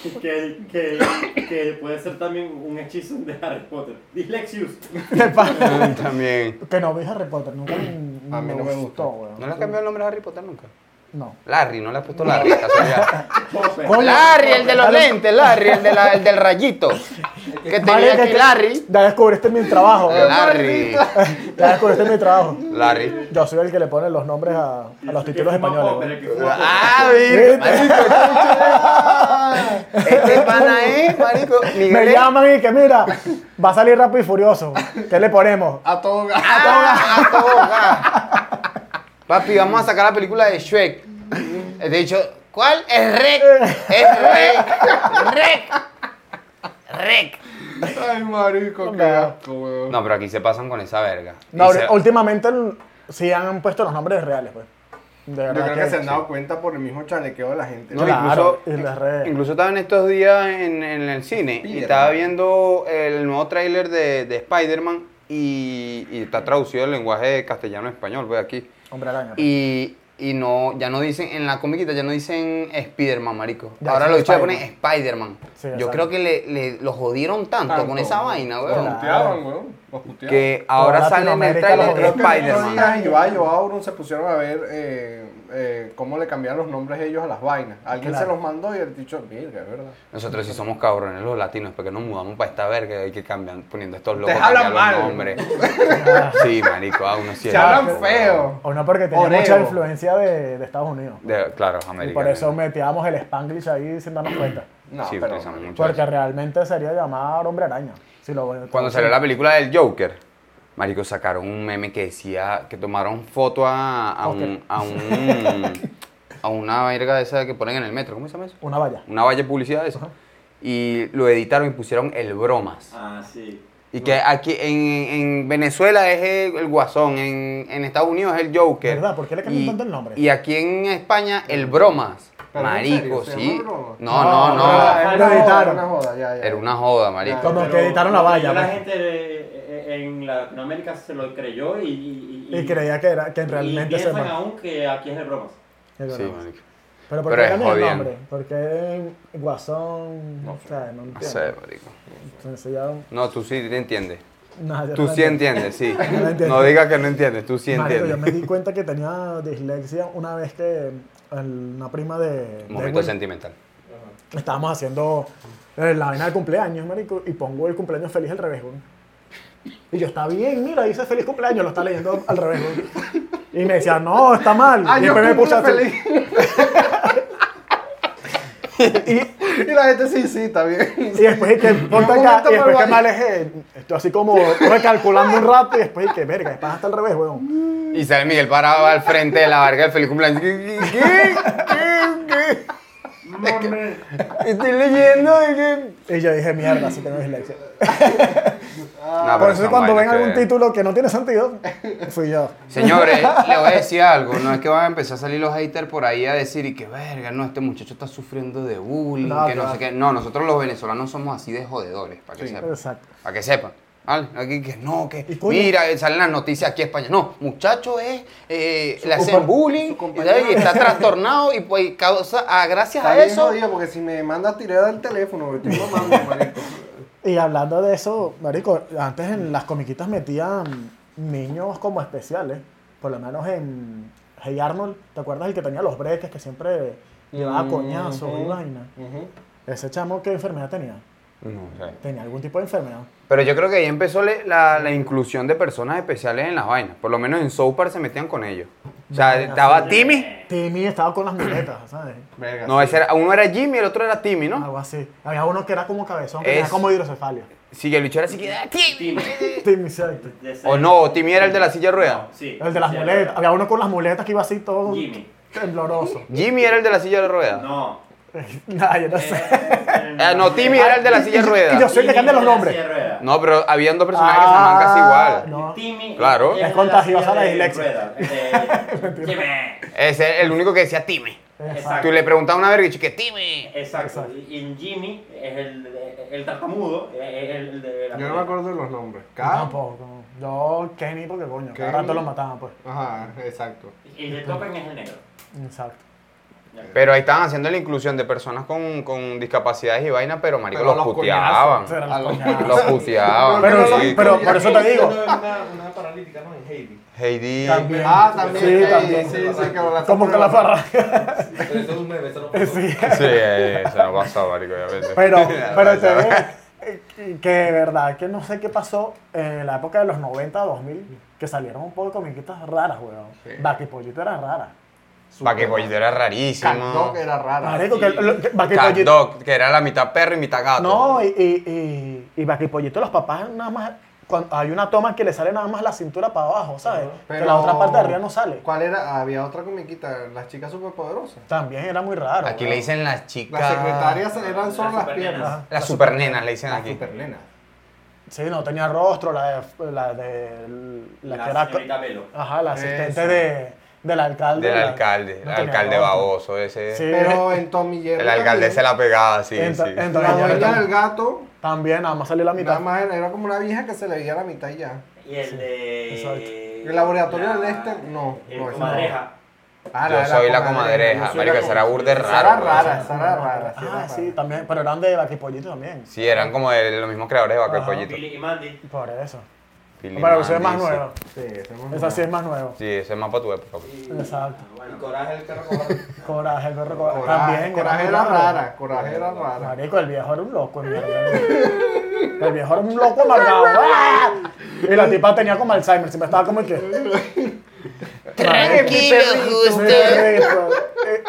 Speaker 4: Qué- que, que, que puede ser también un hechizo de Harry Potter. Dyslexius.
Speaker 1: ¿Qué pasa?
Speaker 3: También.
Speaker 1: que no vi Harry Potter, nunca
Speaker 2: A mí no me gusta.
Speaker 1: weón.
Speaker 3: ¿No le has cambiado el nombre a Harry Potter nunca?
Speaker 1: No.
Speaker 3: Larry, no le has puesto Larry. casualidad.
Speaker 4: Popper.
Speaker 1: Coño,
Speaker 3: Larry, el de los lentes, Larry, el, de la- el del rayito. Que tenía
Speaker 1: Marica,
Speaker 3: aquí
Speaker 1: que-
Speaker 3: Larry. Eh,
Speaker 1: Ya descubriste mi trabajo, weón.
Speaker 3: Larry.
Speaker 1: Ya descubriste mi trabajo.
Speaker 3: Larry.
Speaker 1: Yo soy el que le pone los nombres a, a los
Speaker 4: El que
Speaker 1: títulos
Speaker 4: fuma
Speaker 1: españoles.
Speaker 4: Popper, el
Speaker 1: weón.
Speaker 4: que fuma Popper.
Speaker 3: Ah, mira, marico, chucha. Este pana es, marico,
Speaker 1: Me
Speaker 3: Miguel.
Speaker 1: llaman y que mira, va a salir rápido y furioso. ¿Qué le ponemos?
Speaker 2: A todo gas.
Speaker 3: Ah, a todo gas. Papi, vamos a sacar la película de Shrek. De hecho, ¿cuál? Es Rek. Es Rek. Rek. Rek.
Speaker 2: Ay, marico, qué
Speaker 1: Venga.
Speaker 2: asco, weón.
Speaker 3: No, pero aquí se pasan con esa verga.
Speaker 1: No,
Speaker 3: Y se-
Speaker 1: últimamente el- sí han puesto los nombres reales, pues. De
Speaker 2: Yo
Speaker 1: verdad
Speaker 2: creo que se han
Speaker 1: sí.
Speaker 2: dado cuenta por el mismo chalequeo de la gente.
Speaker 3: No,
Speaker 1: Claro,
Speaker 3: incluso,
Speaker 1: y las redes.
Speaker 3: incluso estaba en estos días en, en el cine y
Speaker 2: Spider-Man.
Speaker 3: estaba viendo el nuevo tráiler de, de Spider-Man y, y está traducido el lenguaje castellano-español, pues aquí.
Speaker 1: Hombre araña. pues.
Speaker 3: Y, y no, ya no dicen, en la comiquita ya no dicen Spider-Man, marico.
Speaker 1: Ya
Speaker 3: Ahora
Speaker 1: dicen
Speaker 3: lo ya ponen
Speaker 1: Spider-Man.
Speaker 3: Spider-Man.
Speaker 1: Sí,
Speaker 3: Yo
Speaker 1: exacto.
Speaker 3: creo que le, le- lo jodieron tanto, con
Speaker 2: Tanto.
Speaker 3: esa vaina,
Speaker 2: Los
Speaker 3: weón.
Speaker 1: Claro.
Speaker 2: puteaban, weón. Los puteaban.
Speaker 3: Que ahora
Speaker 1: Toda
Speaker 3: sale en el
Speaker 1: Latinoamérica
Speaker 3: trailer
Speaker 1: lo
Speaker 2: Creo que los
Speaker 3: Spider-Man.
Speaker 2: días Ibai o Auron se pusieron a ver eh, eh, cómo le cambiaron los nombres ellos a las vainas. Alguien
Speaker 1: Claro.
Speaker 2: se los mandó y el dicho, verga, es verdad.
Speaker 3: Nosotros sí somos cabrones los latinos, porque nos mudamos para esta verga y que cambian, poniendo estos locos
Speaker 2: Te hablan
Speaker 3: cambian
Speaker 2: mal.
Speaker 3: los nombres. Sí, marico, a uno sí
Speaker 2: Se
Speaker 3: es
Speaker 2: hablan
Speaker 3: loco,
Speaker 2: feo.
Speaker 1: pues. O no, porque tenía
Speaker 2: Oreo.
Speaker 1: mucha influencia de, de Estados Unidos.
Speaker 3: weón. De- claro,
Speaker 1: Y
Speaker 3: americano.
Speaker 1: por eso metíamos el Spanglish ahí sin darnos cuenta.
Speaker 2: No,
Speaker 3: sí,
Speaker 2: pero.
Speaker 3: utilizamos mucho
Speaker 1: Porque
Speaker 3: eso.
Speaker 1: realmente sería llamar hombre araña. Si lo,
Speaker 3: Cuando salió la película del Joker, marico, sacaron un meme que decía que tomaron foto a, a un... A, un- a una verga de esa que ponen en el metro. ¿Cómo se llama eso?
Speaker 1: Una valla.
Speaker 3: Una valla de publicidad de esa. Y lo editaron y pusieron el bromas.
Speaker 4: Ah, sí.
Speaker 3: Y que aquí en, en Venezuela es el, el Guasón, en, en Estados Unidos es el Joker.
Speaker 1: ¿Verdad? ¿Por qué le cambian
Speaker 3: Y-
Speaker 1: tanto el nombre?
Speaker 3: Y aquí en España el Bromas.
Speaker 2: Pero en serio,
Speaker 3: Marico,
Speaker 2: ¿se
Speaker 3: sí.
Speaker 2: llama Bromas?
Speaker 3: No, no, no.
Speaker 2: Ah,
Speaker 4: no,
Speaker 1: lo
Speaker 2: era una joda,
Speaker 1: editaron.
Speaker 2: una joda, ya, ya.
Speaker 3: Era una joda, marico.
Speaker 1: Como
Speaker 4: Pero
Speaker 1: que editaron la valla,
Speaker 4: La
Speaker 1: pues.
Speaker 4: gente eh, eh, en Latinoamérica se lo creyó y. Y,
Speaker 1: Y creía que, era, que
Speaker 4: y
Speaker 1: realmente se
Speaker 4: piensan aún que aquí es de bromas.
Speaker 1: Es
Speaker 3: Sí,
Speaker 1: verdad.
Speaker 3: marico.
Speaker 1: Pero ¿por
Speaker 3: Pero
Speaker 1: qué
Speaker 3: es
Speaker 1: cambian el
Speaker 3: jodiendo.
Speaker 1: nombre? ¿Por qué Guasón? No, sea, no
Speaker 3: No
Speaker 1: entiendo.
Speaker 3: sé, marico.
Speaker 1: Entonces ya...
Speaker 3: No, tú sí te entiendes.
Speaker 1: no, yo
Speaker 3: Tú
Speaker 1: no
Speaker 3: sí
Speaker 1: entiendo.
Speaker 3: entiendes, sí.
Speaker 1: lo entiendo.
Speaker 3: No digas que no entiendes, tú sí
Speaker 1: Marico, yo
Speaker 3: entiendes.
Speaker 1: me di cuenta que tenía dislexia una vez que el- una prima de, de
Speaker 3: Momento
Speaker 1: Will-
Speaker 3: sentimental.
Speaker 1: estábamos haciendo eh, la vaina del cumpleaños, marico, y pongo el cumpleaños feliz al revés, güey. Y yo, está bien, mira, dice feliz cumpleaños, lo está leyendo al revés, güey. Y me decía, no, está mal.
Speaker 2: Ah,
Speaker 1: y
Speaker 2: yo
Speaker 1: después me puse a hacer-
Speaker 2: feliz. y, y la gente sí, sí, está bien.
Speaker 1: Y después y que ponte
Speaker 2: Un
Speaker 1: acá,
Speaker 2: momento
Speaker 1: y después
Speaker 2: para
Speaker 1: que me alejé. Estoy así como recalculando un rato y después y que, verga, después hasta el revés, weón.
Speaker 3: Y sale Miguel parado al frente de la barca del feliz cumpleaños. ¿Qué? ¿Qué? ¿Qué? ¿Qué? Estoy leyendo de que...
Speaker 1: Y yo dije, mierda, si tengo dislexia.
Speaker 3: No,
Speaker 1: Ah, Por
Speaker 3: Ah, pero
Speaker 1: eso
Speaker 3: son
Speaker 1: cuando ven
Speaker 3: vainas
Speaker 1: algún
Speaker 3: que-
Speaker 1: título que no tiene sentido, fui yo.
Speaker 3: Señores, les voy a decir algo. No es que van a empezar a salir los haters por ahí a decir y que verga, no, este muchacho está sufriendo de bullying,
Speaker 1: No,
Speaker 3: que no
Speaker 1: claro.
Speaker 3: sé qué. No, nosotros los venezolanos somos así de jodedores, para que sepan.
Speaker 1: Exacto.
Speaker 3: Para que sepan. ¿Vale? Aquí que no, que
Speaker 1: Y coño.
Speaker 3: mira, salen las noticias aquí en España. No, muchacho es, eh, le hacen
Speaker 1: compa-
Speaker 3: bullying
Speaker 2: su
Speaker 3: y,
Speaker 2: compañero.
Speaker 3: tal, y está trastornado y pues y causa, ah, gracias
Speaker 2: Está
Speaker 3: a
Speaker 2: bien
Speaker 3: eso.
Speaker 2: jodido, porque si me manda a tirar del teléfono, me estoy mamando, marico.
Speaker 1: Y hablando de eso, marico, antes en las comiquitas metían niños como especiales, por lo menos en Hey Arnold, ¿te acuerdas el que tenía los breques que siempre llevaba
Speaker 2: Mm,
Speaker 1: coñazos y
Speaker 2: Ujú.
Speaker 1: vaina?
Speaker 2: Ujú.
Speaker 1: Ese chamo, ¿qué enfermedad tenía?
Speaker 3: No, o sea,
Speaker 1: Tenía algún tipo de enfermedad.
Speaker 3: Pero yo creo que ahí empezó le- la, la inclusión de personas especiales en las vainas. Por lo menos en South Park se metían con ellos. O sea, estaba Timmy.
Speaker 1: Timmy estaba con las muletas, ¿sabes?
Speaker 2: Verga,
Speaker 3: No,
Speaker 2: sí.
Speaker 3: ese era, uno era Jimmy y el otro era Timmy, ¿no?
Speaker 1: Algo así. Había uno que era como cabezón, que tenía
Speaker 3: Es-
Speaker 1: como hidrocefalia.
Speaker 3: Sí, que el bicho era así que... "Ah, Timmy".
Speaker 4: Timmy.
Speaker 1: Timmy, exacto.
Speaker 4: De ese-
Speaker 3: O no, Timmy era el de la silla de ruedas.
Speaker 4: Sí.
Speaker 1: El de las
Speaker 4: sí,
Speaker 1: muletas. Había uno con las muletas que iba así todo
Speaker 4: Jimmy.
Speaker 1: tembloroso.
Speaker 3: Jimmy era el de la silla de ruedas. No,
Speaker 4: No. Eh,
Speaker 1: Nah,
Speaker 3: Eh,
Speaker 1: yo no sé.
Speaker 3: Ah, no, Timmy era el de la silla de
Speaker 1: Y yo
Speaker 3: ruedas.
Speaker 1: sé que cambian los nombres.
Speaker 3: pero habían dos personajes que
Speaker 1: Ah,
Speaker 3: se llamaban casi igual.
Speaker 1: No.
Speaker 4: Timmy
Speaker 3: Claro.
Speaker 4: el
Speaker 1: Es
Speaker 4: de
Speaker 1: contagiosa
Speaker 4: silla
Speaker 1: la
Speaker 4: de
Speaker 1: dislexia.
Speaker 4: ruedas, el de- Jimmy.
Speaker 3: Ese es el único que decía Timmy.
Speaker 4: Exacto.
Speaker 3: Tú le preguntabas una verga y dicho que Timmy.
Speaker 4: Exacto. Y en Jimmy es el, el tartamudo, eh, es el de la
Speaker 2: Yo no me acuerdo de los nombres.
Speaker 1: Yo
Speaker 2: K.
Speaker 1: Tampoco. Yo, Kenny, porque coño, cada
Speaker 2: Kenny.
Speaker 1: rato lo mataban, pues.
Speaker 2: Ajá, exacto.
Speaker 4: Y el de Topen es el negro.
Speaker 1: Exacto.
Speaker 3: Pero ahí estaban haciendo la inclusión de personas con, con discapacidades y vainas, pero marico,
Speaker 6: Pero
Speaker 3: los
Speaker 6: los
Speaker 3: puteaban.
Speaker 6: coñazos,
Speaker 1: Pero
Speaker 2: A los-
Speaker 3: Los puteaban.
Speaker 1: Pero
Speaker 3: marico.
Speaker 1: sí, pero- por eso te
Speaker 5: Haití,
Speaker 1: digo.
Speaker 5: no, Una, una paralítica, ¿no? En Haití.
Speaker 3: Heidi.
Speaker 1: También.
Speaker 2: Ah, también.
Speaker 1: Sí,
Speaker 2: eh,
Speaker 1: también.
Speaker 2: Sí, sí, que la
Speaker 1: Como que la farra.
Speaker 5: Pero eso es un meme, eso no pasó.
Speaker 1: Sí.
Speaker 3: Sí, eh, se nos pasó, marico, ya ves.
Speaker 1: Pero, pero te
Speaker 3: Ya
Speaker 1: digo
Speaker 3: ves.
Speaker 1: eh, que de verdad que no sé qué pasó en la época de los 90, 2000, que salieron un poco de comiquitas raras, weón. Vaquipollito era rara.
Speaker 3: Vaquepollito era rarísimo.
Speaker 2: Cantó que era rara.
Speaker 1: Marico,
Speaker 2: sí.
Speaker 1: que, lo- que
Speaker 3: Cat
Speaker 1: Vaquipollito-
Speaker 3: Dog, que era la mitad perro y mitad gato.
Speaker 1: No, y, y, y, y Vaquipollito, los papás nada más. cuando hay una toma que le sale nada más la cintura para abajo, ¿sabes? que la otra parte de arriba no sale.
Speaker 2: ¿Cuál era? Había otra comiquita, las chicas superpoderosas.
Speaker 1: También era muy raro.
Speaker 3: Aquí
Speaker 1: weón.
Speaker 3: le dicen las
Speaker 2: Las
Speaker 3: chicas.
Speaker 2: secretarias eran solo
Speaker 4: Las
Speaker 2: las
Speaker 4: supernenas.
Speaker 2: piernas.
Speaker 1: Ajá.
Speaker 3: Las supernenas le dicen
Speaker 2: Las
Speaker 3: aquí.
Speaker 2: supernenas.
Speaker 1: Eh, Sí, no tenía rostro, la de. La, de, la, que
Speaker 4: La
Speaker 1: era-
Speaker 4: señorita Velo.
Speaker 1: Ajá, la asistente
Speaker 2: Esa.
Speaker 1: de, del alcalde.
Speaker 3: Del
Speaker 1: la-
Speaker 3: alcalde.
Speaker 1: no
Speaker 3: el
Speaker 1: tenía
Speaker 3: alcalde
Speaker 1: rostro.
Speaker 3: baboso ese.
Speaker 1: Sí.
Speaker 2: Pero en Tommy Jerry.
Speaker 3: El alcalde se la pegaba, sí,
Speaker 1: Ento-
Speaker 3: sí.
Speaker 1: entonces
Speaker 2: La
Speaker 1: ya
Speaker 2: dueña
Speaker 1: tam-
Speaker 2: del gato,
Speaker 1: También, nada más salió la
Speaker 2: nada
Speaker 1: mitad.
Speaker 2: más era, era como una vieja que se le veía la mitad y ya.
Speaker 4: Y el de.
Speaker 2: Exacto. ¿El laboratorio del este? No,
Speaker 4: El
Speaker 2: no, esa
Speaker 4: comadreja.
Speaker 2: Ah,
Speaker 3: Yo
Speaker 2: de
Speaker 3: soy la comadreja,
Speaker 2: yo soy
Speaker 3: marico,
Speaker 2: la
Speaker 3: esa era burda
Speaker 2: comadreja.
Speaker 3: raro,
Speaker 2: Esa era rara,
Speaker 3: weón.
Speaker 2: esa era rara. esa era
Speaker 1: Ah, sí,
Speaker 2: rara.
Speaker 1: también, pero eran de Vaquipollito también.
Speaker 3: Sí, eran como de los mismos creadores de Vaquepollito.
Speaker 4: Billy y Mandy.
Speaker 1: Por eso.
Speaker 3: Billy
Speaker 1: Para eso es más
Speaker 3: Mandy, sí.
Speaker 1: nuevo.
Speaker 2: Sí, esa es muy
Speaker 1: Esa sí
Speaker 2: rara.
Speaker 1: es más nuevo.
Speaker 3: Sí, ese es más para tu época. pues.
Speaker 1: Exacto.
Speaker 5: El coraje del carro cobarde.
Speaker 1: Coraje, el perro coraje.
Speaker 2: Coraje,
Speaker 1: También.
Speaker 2: coraje
Speaker 1: muy
Speaker 2: era
Speaker 1: raro.
Speaker 2: rara, coraje era rara.
Speaker 1: Marico, el viejo era un loco, en mierda. El viejo era un loco amargado. ¡Ah! Y la tipa tenía como Alzheimer, siempre estaba como que.
Speaker 7: Tranquilo, justo.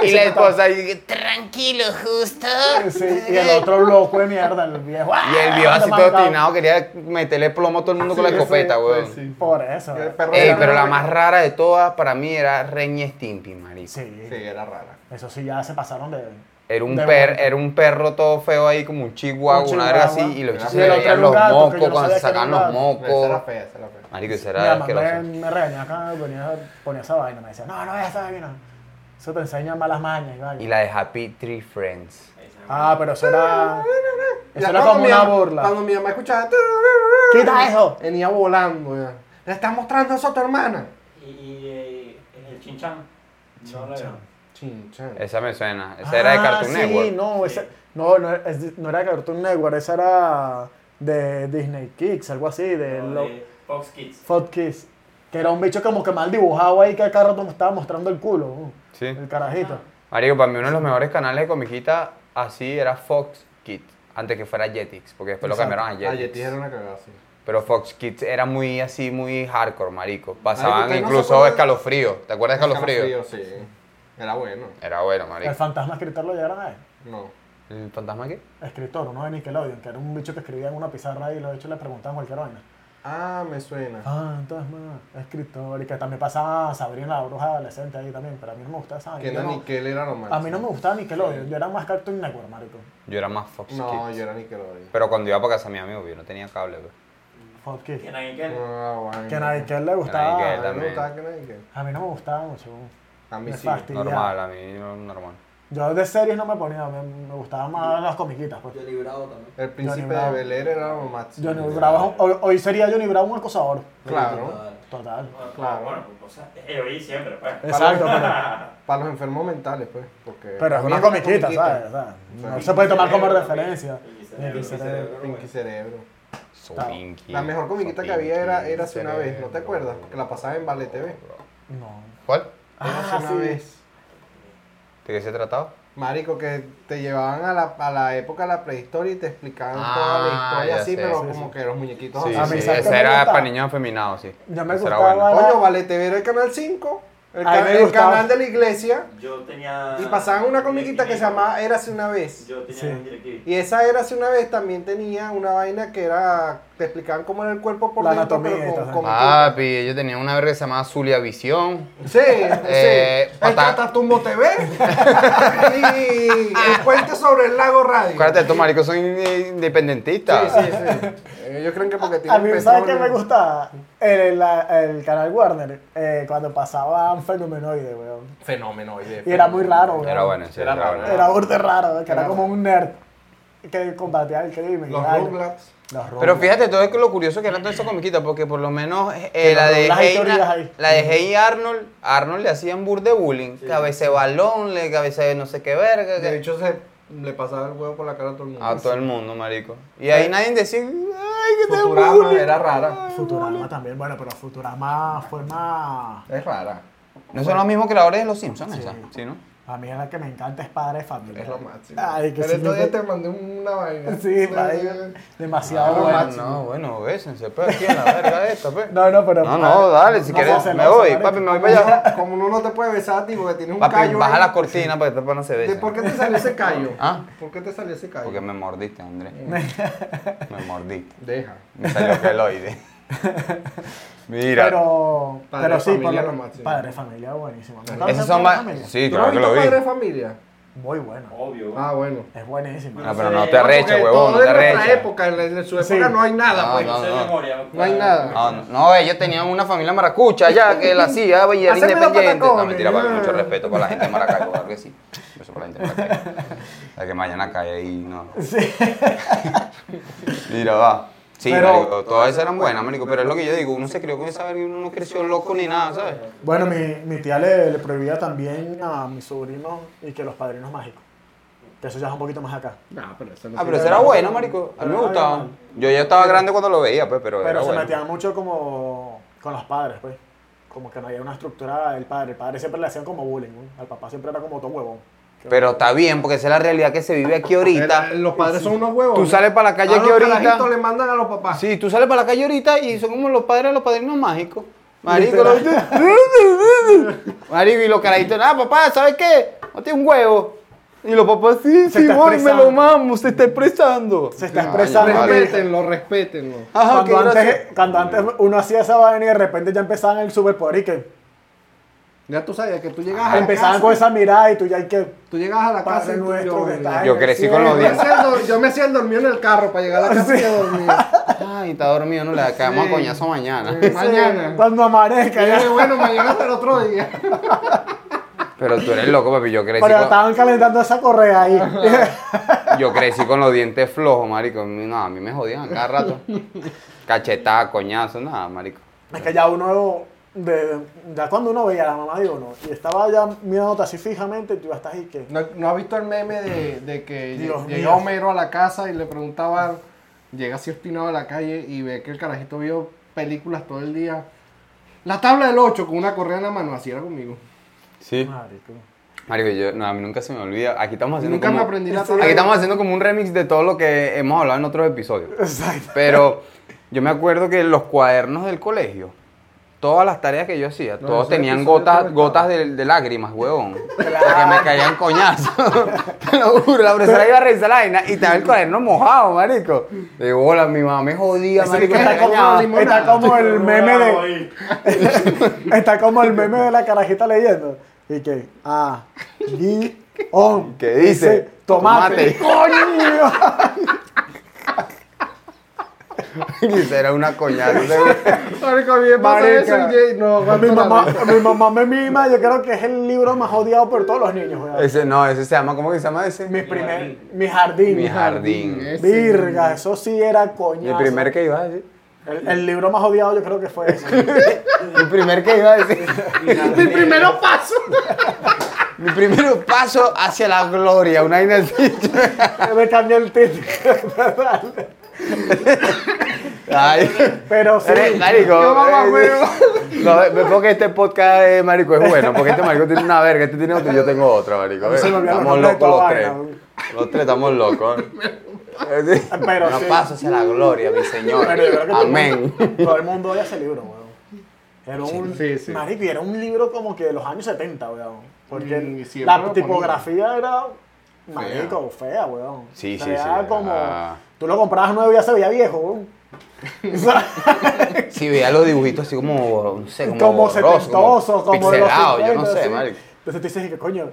Speaker 7: Y la
Speaker 1: esposa.
Speaker 7: esposa dice, tranquilo, justo.
Speaker 1: Sí, y el otro loco de mierda, el viejo. ¡ah!
Speaker 3: Y el viejo así todo
Speaker 1: Amargado.
Speaker 3: obstinado quería meterle plomo a todo el mundo con la
Speaker 2: Sí,
Speaker 3: escopeta,
Speaker 2: sí,
Speaker 3: weón.
Speaker 2: sí, sí.
Speaker 1: Por eso.
Speaker 2: El perro
Speaker 3: Ey,
Speaker 2: era
Speaker 3: pero la
Speaker 2: rara.
Speaker 3: más rara de todas para mí era Reña Stimpy, marico.
Speaker 1: Sí.
Speaker 2: Sí, era rara.
Speaker 1: Eso sí, ya se pasaron de.
Speaker 3: Era un,
Speaker 1: De
Speaker 3: per,
Speaker 1: momento.
Speaker 3: era un perro todo feo ahí, como un chihuahua,
Speaker 1: Un
Speaker 3: una verga así,
Speaker 1: chihuahua.
Speaker 3: y los bichos
Speaker 2: Y
Speaker 3: se
Speaker 2: el
Speaker 3: le
Speaker 2: otro
Speaker 3: veían
Speaker 1: era
Speaker 3: los
Speaker 1: un gato, que
Speaker 3: mocos
Speaker 1: yo no
Speaker 3: cuando se
Speaker 1: sabía que era
Speaker 3: sacaban
Speaker 1: un
Speaker 3: los
Speaker 1: gato.
Speaker 2: Esa era
Speaker 3: mocos.
Speaker 2: fea, esa era fea.
Speaker 3: Marico, ese
Speaker 1: Mi
Speaker 3: era
Speaker 1: mamá me,
Speaker 3: asqueroso.
Speaker 1: me regañaba acá, ponía, ponía esa vaina. Me decía, no, no veas esa vaina. Eso te enseña malas mañas. Y vaina.
Speaker 3: Y la de Happy Tree Friends.
Speaker 1: Ah, pero eso era. Eso
Speaker 2: Ya
Speaker 1: era
Speaker 2: cuando
Speaker 1: como
Speaker 2: mi
Speaker 1: una
Speaker 2: mamá-
Speaker 1: burla.
Speaker 2: Cuando mi mamá escuchaba.
Speaker 1: ¡Quita eso!
Speaker 2: Venía volando ya. Le está mostrando eso a tu hermana.
Speaker 4: Y, y, eh, el Chinchan. No lo veo.
Speaker 2: Chinchan.
Speaker 3: Esa me suena. Esa era de
Speaker 1: Ah,
Speaker 3: Cartoon
Speaker 1: sí,
Speaker 3: Network.
Speaker 1: No, esa- no, no, es- no era de Cartoon Network, esa era de Disney Kids, algo así, de
Speaker 4: O
Speaker 1: Eh, lo-
Speaker 2: eh.
Speaker 4: de Fox Kids.
Speaker 1: Fox Kids. Que era un bicho como que mal dibujado ahí, que al carro me estaba mostrando el culo. uh,
Speaker 3: Sí.
Speaker 1: El carajito.
Speaker 3: Marico, para mí uno de los mejores canales de comiquita así era Fox Kids, antes que fuera Jetix, porque después Pues lo
Speaker 1: Exacto.
Speaker 3: cambiaron
Speaker 2: Ah,
Speaker 3: a Jetix.
Speaker 2: Yeti era una cagada, sí.
Speaker 3: Pero Fox Kids era muy así, muy hardcore, marico. Pasaban
Speaker 2: ¿ustedes no se
Speaker 3: incluso
Speaker 2: acuerdan?
Speaker 3: escalofrío. ¿Te acuerdas de escalofrío?
Speaker 2: sí. Era bueno.
Speaker 3: Era bueno,
Speaker 1: El
Speaker 3: marico.
Speaker 1: fantasma escritor lo llevaron a él.
Speaker 2: No.
Speaker 3: ¿El fantasma qué?
Speaker 1: Escritor, uno de Nickelodeon, que era un bicho que escribía en una pizarra y los bichos le preguntaban cualquier vaina.
Speaker 2: Ah, me suena.
Speaker 1: Fantasma, escritor. Y que también pasaba Sabrina la bruja adolescente ahí también, pero a mí no me gustaba esa vaina.
Speaker 2: Que
Speaker 1: Yo
Speaker 2: era
Speaker 1: no-
Speaker 2: Nickel era normal.
Speaker 1: A mí no me gustaba Nickelodeon, yo era más Cartoon Network, marico.
Speaker 3: Yo era más Fox
Speaker 2: No,
Speaker 3: Kids.
Speaker 2: yo era Nickelodeon.
Speaker 3: Pero cuando iba para casa de mi amigo, yo no tenía cable, bro.
Speaker 1: Fox Kids.
Speaker 4: Que nadie quiere.
Speaker 2: No, Ah, bueno.
Speaker 1: Que a Nickel le
Speaker 3: Nickel.
Speaker 1: gustaba.
Speaker 2: A mí me
Speaker 3: También.
Speaker 2: gustaba que Nickel.
Speaker 1: A mí no me gustaba mucho.
Speaker 2: A mí
Speaker 1: Me
Speaker 2: sí.
Speaker 1: fastidia.
Speaker 3: Normal, a mí no- normal.
Speaker 1: Yo de series no me ponía, me, me gustaban más las comiquitas. Pues.
Speaker 5: Johnny Bravo también.
Speaker 2: El príncipe de
Speaker 1: Brown.
Speaker 2: Bel Air era lo máximo.
Speaker 1: Johnny Bravo, hoy, hoy sería Johnny Bravo un acosador.
Speaker 2: Claro.
Speaker 1: Total.
Speaker 4: Bueno,
Speaker 2: Claro.
Speaker 4: Bueno, pues, o sea, eh, oí siempre, pues.
Speaker 1: Exacto, pero,
Speaker 2: Para los enfermos mentales, pues. Porque
Speaker 1: pero es una comiquita, ¿sabes? O sea, no se puede tomar como referencia. Ni que se le-
Speaker 2: Pinky Cerebro.
Speaker 3: Sopinky.
Speaker 2: La mejor comiquita que había era era hace una vez, ¿no te
Speaker 3: Cerebro.
Speaker 2: acuerdas? Que la pasaba en Vale TV.
Speaker 1: No.
Speaker 3: ¿Cuál?
Speaker 2: Era
Speaker 1: Ah,
Speaker 2: hace una
Speaker 1: sí.
Speaker 2: vez.
Speaker 3: ¿De qué se trataba?
Speaker 2: Marico, que te llevaban a la, a la época de la prehistoria y te explicaban
Speaker 3: Ah,
Speaker 2: toda la historia
Speaker 3: ya
Speaker 2: así,
Speaker 3: sé,
Speaker 2: pero
Speaker 3: sí,
Speaker 2: como que los muñequitos
Speaker 3: Sí,
Speaker 1: a
Speaker 2: así.
Speaker 1: mí
Speaker 3: sí,
Speaker 1: ¿sabes qué
Speaker 3: esa
Speaker 1: me
Speaker 3: era
Speaker 1: gustaba?
Speaker 3: para niños afeminados, sí.
Speaker 1: Ya me
Speaker 3: Esa era
Speaker 1: gustaba
Speaker 3: buena.
Speaker 1: la-
Speaker 2: Coño, vale, TV era el canal 5, el,
Speaker 1: A mí
Speaker 2: can-
Speaker 1: me
Speaker 2: el
Speaker 1: gustaba.
Speaker 2: canal de la iglesia,
Speaker 4: Yo tenía.
Speaker 2: y pasaban una comiquita que se llamaba Érase una vez.
Speaker 4: Ah, Yo tenía
Speaker 1: Sí.
Speaker 4: un DirecTV.
Speaker 2: Y esa Érase una vez también tenía una vaina que era, te explicaban cómo era el cuerpo por
Speaker 1: La
Speaker 2: dentro,
Speaker 1: anatomía
Speaker 2: pero
Speaker 1: y
Speaker 2: con,
Speaker 1: todo
Speaker 2: con-
Speaker 3: Papi, yo tenía una verga que se llamaba Zulia Visión.
Speaker 2: Sí,
Speaker 3: Eh,
Speaker 2: sí. El
Speaker 3: pata-
Speaker 2: Catatumbo TV y el puente sobre el lago radio.
Speaker 3: Acuérdate, estos maricos son in- eh, independentistas.
Speaker 2: Sí, sí, sí. Ellos creen que porque
Speaker 1: A
Speaker 2: tienen
Speaker 1: mí, ¿sabes
Speaker 2: pezones-
Speaker 1: qué me gustaba? El, la- el canal Warner, eh, cuando pasaban Fenomenoide, weón.
Speaker 2: Fenómeno, oye.
Speaker 1: Y era muy raro, weón.
Speaker 3: Era bueno, sí,
Speaker 2: Era
Speaker 3: era
Speaker 2: raro.
Speaker 3: bueno.
Speaker 1: Era burde raro, que era como un nerd. que combatía el crimen. y
Speaker 2: Los
Speaker 1: vaina.
Speaker 2: Rugrats.
Speaker 1: Los
Speaker 3: Pero
Speaker 1: Rugrats.
Speaker 3: fíjate todo lo curioso que eran todas esas comiquitas, porque por lo menos
Speaker 1: los
Speaker 3: eh, la, de
Speaker 1: doblajes hay
Speaker 3: Hey,
Speaker 1: teorías ahí.
Speaker 3: la de Hey Arnold, Arnold le hacían burde bullying, cabece balón, le cabece no sé qué verga, que-
Speaker 2: De hecho, se le pasaba el huevo por la cara a todo el mundo.
Speaker 3: a todo el mundo, marico. Y
Speaker 1: Eh,
Speaker 3: ahí nadie decía, ay, que te
Speaker 2: Futurama
Speaker 3: bullying.
Speaker 2: era rara.
Speaker 1: Futurama también, bueno, pero Futurama fue más.
Speaker 2: Es rara.
Speaker 3: No son los mismos creadores de los Simpsons,
Speaker 1: Sí.
Speaker 3: esa, ¿sí, no?
Speaker 1: A mí es la que me encanta, es padre de familia.
Speaker 2: Es lo máximo.
Speaker 1: Ay, que
Speaker 2: Pero este
Speaker 1: sí,
Speaker 2: estos días
Speaker 1: me-
Speaker 2: te mandé una vaina.
Speaker 1: Sí, marico,
Speaker 3: Ah,
Speaker 1: demasiado
Speaker 2: lo
Speaker 1: bueno.
Speaker 2: máximo.
Speaker 3: no, bueno, bésense, pues, aquí en la verga esta, pues.
Speaker 1: No, no, pero.
Speaker 3: No, no, dale, si
Speaker 1: No,
Speaker 3: quieres,
Speaker 1: José,
Speaker 3: me
Speaker 1: no,
Speaker 3: voy,
Speaker 1: José,
Speaker 3: papi, me voy
Speaker 1: marico.
Speaker 3: para allá.
Speaker 2: Como uno no te puede besar, tipo, que tienes un
Speaker 3: Papi,
Speaker 2: callo.
Speaker 3: baja
Speaker 2: ahí.
Speaker 3: la cortina para que esta pana se
Speaker 2: ¿De
Speaker 3: besen.
Speaker 2: ¿Por qué te salió ese callo?
Speaker 3: Ah.
Speaker 2: ¿Por qué te salió ese callo?
Speaker 3: Porque me mordiste, Andrés. Me mordiste.
Speaker 2: Deja.
Speaker 3: Me salió peloide. Mira.
Speaker 1: Pero,
Speaker 2: Padre
Speaker 1: pero
Speaker 2: de
Speaker 1: sí,
Speaker 2: familia
Speaker 1: por lo-
Speaker 2: lo máximo.
Speaker 1: padre de familia, buenísimo. ¿Nunca
Speaker 3: Esos
Speaker 1: viste Padre
Speaker 3: son
Speaker 1: de
Speaker 3: va-
Speaker 1: Familia?
Speaker 3: Sí,
Speaker 2: ¿Tú no
Speaker 3: claro
Speaker 2: has
Speaker 3: que
Speaker 2: visto
Speaker 3: lo vi.
Speaker 2: Padre de Familia?
Speaker 1: Muy bueno.
Speaker 4: Obvio.
Speaker 2: Ah, bueno.
Speaker 1: Es buenísimo.
Speaker 3: No, Ah, pero no te arreches,
Speaker 2: Porque
Speaker 3: huevón, no
Speaker 2: todo
Speaker 3: te Ah,
Speaker 2: en nuestra
Speaker 3: arreches.
Speaker 2: época, en, la- en su época
Speaker 1: Sí.
Speaker 2: no hay nada,
Speaker 3: No,
Speaker 2: pues.
Speaker 3: no.
Speaker 4: No sé de memoria.
Speaker 2: No hay nada.
Speaker 3: No, no, Ah, no, ellos tenían una familia maracucha ya que la hacía y era
Speaker 2: Haceme los
Speaker 3: independiente. No,
Speaker 2: patacones,
Speaker 3: mentira, papi,
Speaker 2: ah.
Speaker 3: mucho respeto para la gente de Maracaibo, claro que sí. Eso para la gente de Maracaibo. La que mañana cae y no.
Speaker 1: Sí.
Speaker 3: Mira, va. Sí,
Speaker 1: Pero-
Speaker 3: marico, todas esas eran buenas, marico, pero es lo que yo digo, uno se crió con esa verga y uno no creció loco ni nada, ¿sabes?
Speaker 1: Bueno, mi, mi tía le, le prohibía también a mis sobrinos y que los padrinos mágicos. Que eso ya es un poquito más acá.
Speaker 2: No, pero eso no
Speaker 3: Ah, pero
Speaker 2: sirve
Speaker 3: eso era
Speaker 2: de nada.
Speaker 3: bueno, marico, a mí me
Speaker 1: Pero-
Speaker 3: gustaba. Yo ya estaba grande cuando lo veía, pues, pero era
Speaker 1: Pero se
Speaker 3: bueno.
Speaker 1: metían mucho como con los padres, pues. Como que no había una estructura del padre. El padre siempre le hacían como bullying. ¿no? Al papá siempre era como todo huevón. Que-
Speaker 3: Pero está bien, porque esa es la realidad que se vive aquí ahorita.
Speaker 2: El- los padres son unos huevos.
Speaker 3: Tú sales para la calle
Speaker 2: A
Speaker 3: aquí
Speaker 2: los
Speaker 3: ahorita.
Speaker 2: carajitos Ah, le mandan a los
Speaker 1: Ah.
Speaker 2: papás.
Speaker 3: Sí, tú sales para la calle ahorita y son como los padres de los padrinos mágicos. Marico, los... Marico, y los carajitos, ah, papá, ¿sabes qué? No tiene un huevo. Y los papás, sí,
Speaker 1: Se
Speaker 3: sí,
Speaker 1: está
Speaker 3: voy, me lo
Speaker 1: expresando.
Speaker 3: mamo, se está expresando.
Speaker 1: Se está
Speaker 3: Ay,
Speaker 1: expresando.
Speaker 3: vale.
Speaker 2: Respétenlo, respétenlo.
Speaker 3: Ajá,
Speaker 1: cuando,
Speaker 3: ok,
Speaker 1: antes,
Speaker 3: gracias.
Speaker 1: cuando antes uno hacía esa vaina y de repente ya empezaban el superpoder y que
Speaker 2: Ya tú sabías que tú llegabas a la
Speaker 1: empezaban
Speaker 2: casa.
Speaker 1: con esa mirada y tú ya hay que.
Speaker 2: Tú llegas a la
Speaker 1: Ah, Padre
Speaker 2: casa y tú
Speaker 1: nuestro que
Speaker 2: lloras.
Speaker 1: está en
Speaker 3: Yo
Speaker 1: el
Speaker 3: crecí
Speaker 1: cielo.
Speaker 3: con los
Speaker 2: Yo me
Speaker 3: dientes.
Speaker 2: hacía el do- Yo me hacía el dormido en el carro para llegar a la casa y me dormía.
Speaker 3: Ay, está dormido, no le da caemos a
Speaker 2: Sí.
Speaker 3: coñazo mañana.
Speaker 2: Sí.
Speaker 1: Sí,
Speaker 2: Mañana.
Speaker 1: Cuando amanezca.
Speaker 2: Que yo
Speaker 1: ya.
Speaker 2: dije, bueno, mañana hasta el otro día.
Speaker 3: Pero tú eres loco, papi, yo crecí,
Speaker 1: Pero
Speaker 3: con,
Speaker 1: estaban calentando esa correa ahí.
Speaker 3: yo crecí con los dientes flojos, marico. No, a mí me jodían a cada rato. Cachetada, coñazo, nada, marico.
Speaker 1: es que ya uno. de- ya cuando uno veía a la mamá de uno y estaba ya mirándote así fijamente, y tú ya estás ahí que.
Speaker 2: ¿No, no has visto el meme de, de que
Speaker 1: Dios
Speaker 2: llega
Speaker 1: mío.
Speaker 2: Homero a la casa y le preguntaba, llega así obstinado a la calle y ve que el carajito vio películas todo el día? La tabla del 8 con una correa en la mano, así era conmigo.
Speaker 3: Sí.
Speaker 1: Marico.
Speaker 3: Marico, yo, no, a mí nunca se me olvida. Aquí estamos haciendo
Speaker 2: Nunca
Speaker 3: como...
Speaker 2: me aprendí la tabla
Speaker 3: Aquí
Speaker 2: del
Speaker 3: estamos haciendo como un remix de todo lo que hemos hablado en otros episodios.
Speaker 1: Exacto.
Speaker 3: Pero yo me acuerdo que los cuadernos del colegio, todas las tareas que yo hacía,
Speaker 2: No,
Speaker 3: todos
Speaker 2: eso es
Speaker 3: tenían
Speaker 2: episodio
Speaker 3: gotas,
Speaker 2: comentado.
Speaker 3: gotas de, de lágrimas, huevón. Que me caían coñazos. Te lo juro, la profesora iba a revisar la vaina y estaba el cuaderno mojado, marico. De bola, mi mamá me jodía,
Speaker 1: Eso
Speaker 3: marico.
Speaker 1: que
Speaker 3: me
Speaker 1: está como-
Speaker 3: regañaba.
Speaker 2: limonada.
Speaker 1: está como el meme de.
Speaker 4: Ahí.
Speaker 1: Está como el meme de la carajita leyendo. Y que, ah, y on.
Speaker 3: ¿Qué dice?
Speaker 1: tomate.
Speaker 3: Tomate.
Speaker 1: ¡Coño!
Speaker 3: Y era una coñazo.
Speaker 2: Marico, a mí me pasa
Speaker 1: Marica.
Speaker 2: eso y yo- no,
Speaker 1: mi,
Speaker 2: aguanto la
Speaker 1: mamá,
Speaker 2: risa.
Speaker 1: mi mamá me mima. Yo creo que es el libro más odiado por todos los niños. weón.
Speaker 3: Ese no, ese se llama, ¿cómo que se llama ese?
Speaker 1: mi, primer, mi jardín.
Speaker 3: Mi jardín.
Speaker 2: jardín, eh.
Speaker 1: Virga, eso sí era coño.
Speaker 3: Mi primer que iba a decir.
Speaker 1: El, el libro más odiado yo creo que fue ese.
Speaker 3: Mi primer que iba a decir.
Speaker 2: Mi primero paso.
Speaker 3: Mi primer paso hacia la gloria, una vaina así.
Speaker 1: me cambió el título.
Speaker 3: Ay.
Speaker 1: Pero sí.
Speaker 3: Eres, marico,
Speaker 2: Yo, mamá,
Speaker 3: eh,
Speaker 2: huevo.
Speaker 3: no, ve- ve porque este podcast, eh, marico, es bueno. Porque este marico tiene una verga, este tiene otra y yo tengo otra, marico.
Speaker 1: A mí se
Speaker 3: eh.
Speaker 1: me olvidaron
Speaker 3: Estamos
Speaker 1: los nombres de
Speaker 3: locos los
Speaker 1: toda
Speaker 3: tres.
Speaker 1: vaina,
Speaker 3: Los tres estamos locos. eh.
Speaker 1: Pero
Speaker 3: no
Speaker 1: sí.
Speaker 3: paso hacia la gloria, mi señor.
Speaker 1: Pero yo creo que todo el
Speaker 3: Amén.
Speaker 1: mundo- Todo el mundo odia ese libro, weón. Era un,
Speaker 2: Sí, sí.
Speaker 1: marico, y era un libro como que de los años 70, weón. Porque
Speaker 2: Mm, y siempre
Speaker 1: la
Speaker 2: lo
Speaker 1: tipografía era, marico, fea, weón.
Speaker 3: Sí,
Speaker 1: Se
Speaker 3: sí,
Speaker 1: veía
Speaker 3: sí,
Speaker 1: como,
Speaker 3: ah.
Speaker 1: tú lo comprabas nuevo y ya se veía viejo, weón. O sea,
Speaker 3: Si veía los dibujitos así como, no sé, como,
Speaker 1: como
Speaker 3: borrosos,
Speaker 1: setentoso, como, los
Speaker 3: pixelado, yo no
Speaker 1: 50,
Speaker 3: sé,
Speaker 1: sí.
Speaker 3: marico.
Speaker 1: Entonces tú dices, que coño,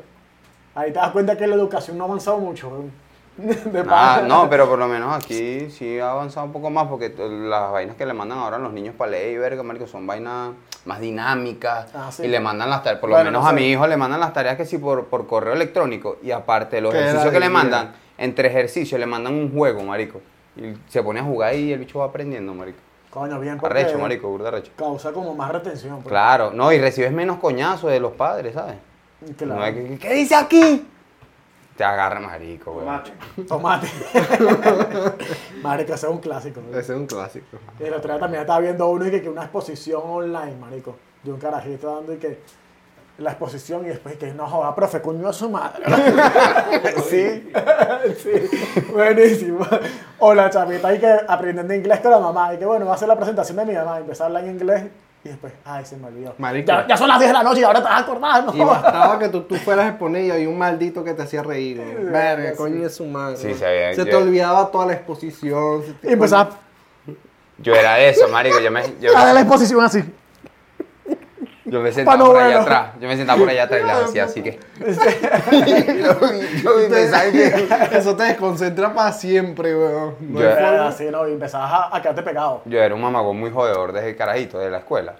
Speaker 1: ahí te das cuenta que la educación no ha avanzado mucho, weón. De
Speaker 3: Ah,
Speaker 1: pana.
Speaker 3: no, pero por lo menos aquí sí ha avanzado un poco más porque t- las vainas que le mandan ahora a los niños para leer y verga, marico, son vainas más dinámicas
Speaker 1: Ah, sí.
Speaker 3: y le mandan las tareas, por lo
Speaker 1: Bueno,
Speaker 3: menos
Speaker 1: no
Speaker 3: a
Speaker 1: sé.
Speaker 3: mi hijo le mandan las tareas que sí por, por correo electrónico y aparte los
Speaker 2: Qué
Speaker 3: ejercicios que le
Speaker 2: maravilla.
Speaker 3: mandan entre ejercicios le mandan un juego, marico. Y se pone a jugar y el bicho va aprendiendo, marico.
Speaker 1: Coño, bien porque
Speaker 3: Arrecho, marico, burda arrecho.
Speaker 1: causa como más retención. pues.
Speaker 3: Claro, no, y recibes menos coñazos de los padres, ¿sabes?
Speaker 1: Claro.
Speaker 3: No es que- ¿Qué dice aquí? Te agarra, marico, güey.
Speaker 4: Tomate.
Speaker 1: Tomate. marico, ese es un clásico. güey.
Speaker 2: Ese es un clásico.
Speaker 1: Y la otra vez también estaba viendo uno y que, que una exposición online, marico. De un carajito dando y que la exposición y después que no joda, profe, coño a su madre. sí, sí, buenísimo. O la chamita y que aprendiendo inglés con la mamá y que bueno, va a hacer la presentación de mi mamá y empezó a hablar en inglés y después, ay, se me olvidó.
Speaker 2: Marico.
Speaker 1: Ya, ya son las 10 de la noche y ahora te vas a acordar, no
Speaker 2: Y
Speaker 1: jodas.
Speaker 2: bastaba que tú, tú fueras a exponer y había un maldito que te hacía reír. güey. Verga,
Speaker 1: sí.
Speaker 2: coño es su madre.
Speaker 3: Sí, se había-
Speaker 2: te
Speaker 3: yo-
Speaker 2: olvidaba toda la exposición. se te-
Speaker 1: Y empezaba
Speaker 3: Yo era eso, marico. Yo me, yo,
Speaker 1: a dar la exposición así.
Speaker 3: yo me sentaba
Speaker 1: Pa' no
Speaker 3: por allá
Speaker 1: verlo. Este.
Speaker 3: atrás. Yo me sentaba por allá atrás y las hacía así que. yo vi mensaje que.
Speaker 2: Eso te desconcentra para siempre, weón. No hay
Speaker 3: Yo-
Speaker 2: forma.
Speaker 1: Era así, ¿no? Y empezabas a, a quedarte pegado.
Speaker 3: Yo era un mamagón muy jodedor desde el carajito, de la escuela.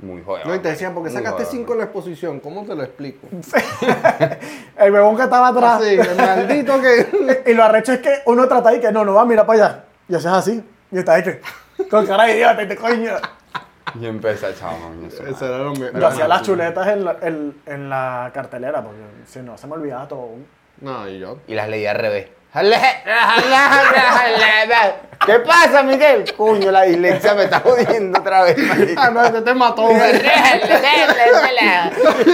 Speaker 3: Muy jodedor.
Speaker 2: No, y te decían, porque
Speaker 3: muy
Speaker 2: sacaste
Speaker 3: jodedor,
Speaker 2: 5 en la exposición, ¿cómo te lo explico?
Speaker 1: El huevón que estaba atrás.
Speaker 2: Así, el maldito que...
Speaker 1: Y lo arrecho es que uno trata ahí que no, no va, mira para allá. Y haces así. Y está ahí que. Con cara de idiota, este coño.
Speaker 3: marico. Y empecé, chaval.
Speaker 2: Eso era lo me-
Speaker 1: Yo hacía las chuletas en la, en- en la cartelera, porque si no, se me olvidaba todo.
Speaker 2: No, y yo...
Speaker 3: Y las leí al revés. ¿Qué pasa, Miguel? Coño, la dislexia me está jodiendo otra vez, marico.
Speaker 2: Ah, no, este te mató, güey.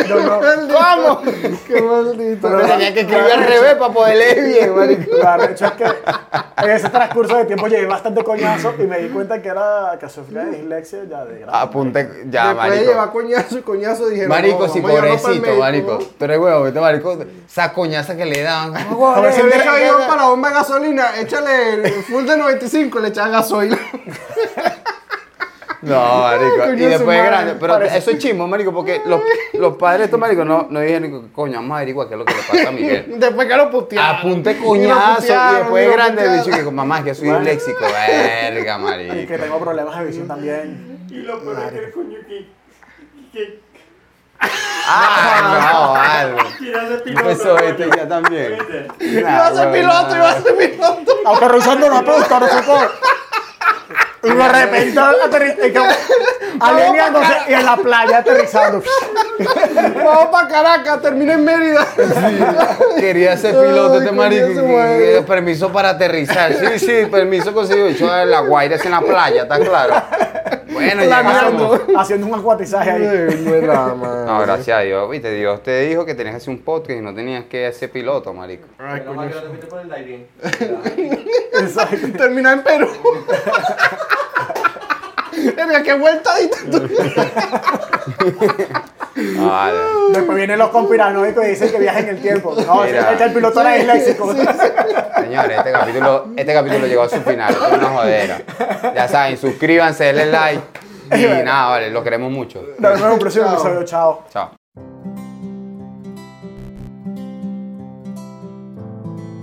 Speaker 1: Yo no.
Speaker 2: ¿Cómo? Qué maldito.
Speaker 1: Pero-
Speaker 3: Tenía que escribir al revés para poder leer bien, marico.
Speaker 1: Lo arrecho es que en ese transcurso de tiempo llevé bastante coñazo y me di cuenta que era que sufría de dislexia ya de grande.
Speaker 2: Ah,
Speaker 3: Apunte, ya,
Speaker 2: Después de
Speaker 3: marico.
Speaker 2: llevar coñazo y coñazo dijeron...
Speaker 3: Marico,
Speaker 2: no,
Speaker 3: sí,
Speaker 2: vamos a llevarlo para el
Speaker 3: pobrecito,
Speaker 2: médico.
Speaker 3: marico. Tú eres huevo, este marico, esa coñaza que le daban.
Speaker 2: A ver, si
Speaker 1: Pobrecito,
Speaker 2: le echas
Speaker 1: ya-
Speaker 2: avión para la bomba de gasolina, échale el full de 95, le echas gasolina.
Speaker 3: No, marico.
Speaker 2: Coño,
Speaker 3: Y
Speaker 2: su
Speaker 3: después de
Speaker 2: madre,
Speaker 3: grande. Pero
Speaker 2: parece-
Speaker 3: eso es chismo, marico, porque los, los padres de estos maricos no, no dijeron, coño, vamos a averiguar qué es lo que le pasa a Miguel.
Speaker 2: Después que lo putearon.
Speaker 1: Ah,
Speaker 3: Apunte
Speaker 2: Y lo
Speaker 3: coñazo y
Speaker 2: putearon,
Speaker 3: después
Speaker 2: y
Speaker 3: de
Speaker 2: lo
Speaker 3: grande el
Speaker 2: putearon.
Speaker 3: bicho que mamá, es que soy disléxico. Verga,
Speaker 1: Y
Speaker 3: marico.
Speaker 1: que tengo problemas de visión también.
Speaker 4: Y lo peor es que el coño que. que.
Speaker 3: Ah, no, algo.
Speaker 4: que era de piloto.
Speaker 3: Empezó
Speaker 4: coño.
Speaker 3: este ya también.
Speaker 4: ¿Viste?
Speaker 2: Iba a ser piloto, iba a ser piloto.
Speaker 1: Aterrizando la puta, no sé cómo. Y de repente aterrizando. Alineándose y en la playa aterrizando.
Speaker 2: Vamos para Caracas, termina en Mérida.
Speaker 3: Quería ser piloto
Speaker 2: Ay,
Speaker 3: este
Speaker 2: coño,
Speaker 3: marico.
Speaker 2: su madre.
Speaker 3: eh, Permiso para aterrizar. Sí, sí, permiso conseguido. Yo en la guaira es en la playa, está claro. Bueno, llegamos.
Speaker 1: Haciendo, haciendo un acuatizaje ahí.
Speaker 2: Ay, güey, la madre.
Speaker 3: No, gracias a Dios, viste, Dios te dijo que tenías que hacer un podcast y no tenías que ser piloto, marico.
Speaker 2: Ay,
Speaker 5: Menos mal que no
Speaker 2: coño.
Speaker 5: te fuiste por el aire.
Speaker 1: Exacto.
Speaker 2: Termina en Perú. Verga, qué vuelta diste tú.
Speaker 3: Vale.
Speaker 1: Después vienen los conspiranoicos y dicen que viajan en el tiempo. No, ese-
Speaker 3: Mira.
Speaker 1: ese el piloto era disléxico.
Speaker 3: Señores, este capítulo, este capítulo llegó a su final, esto es una jodera. Ya saben, suscríbanse, denle like y nada, vale, lo queremos mucho.
Speaker 1: Nos vemos en un próximo episodio. Chao.
Speaker 3: Chao.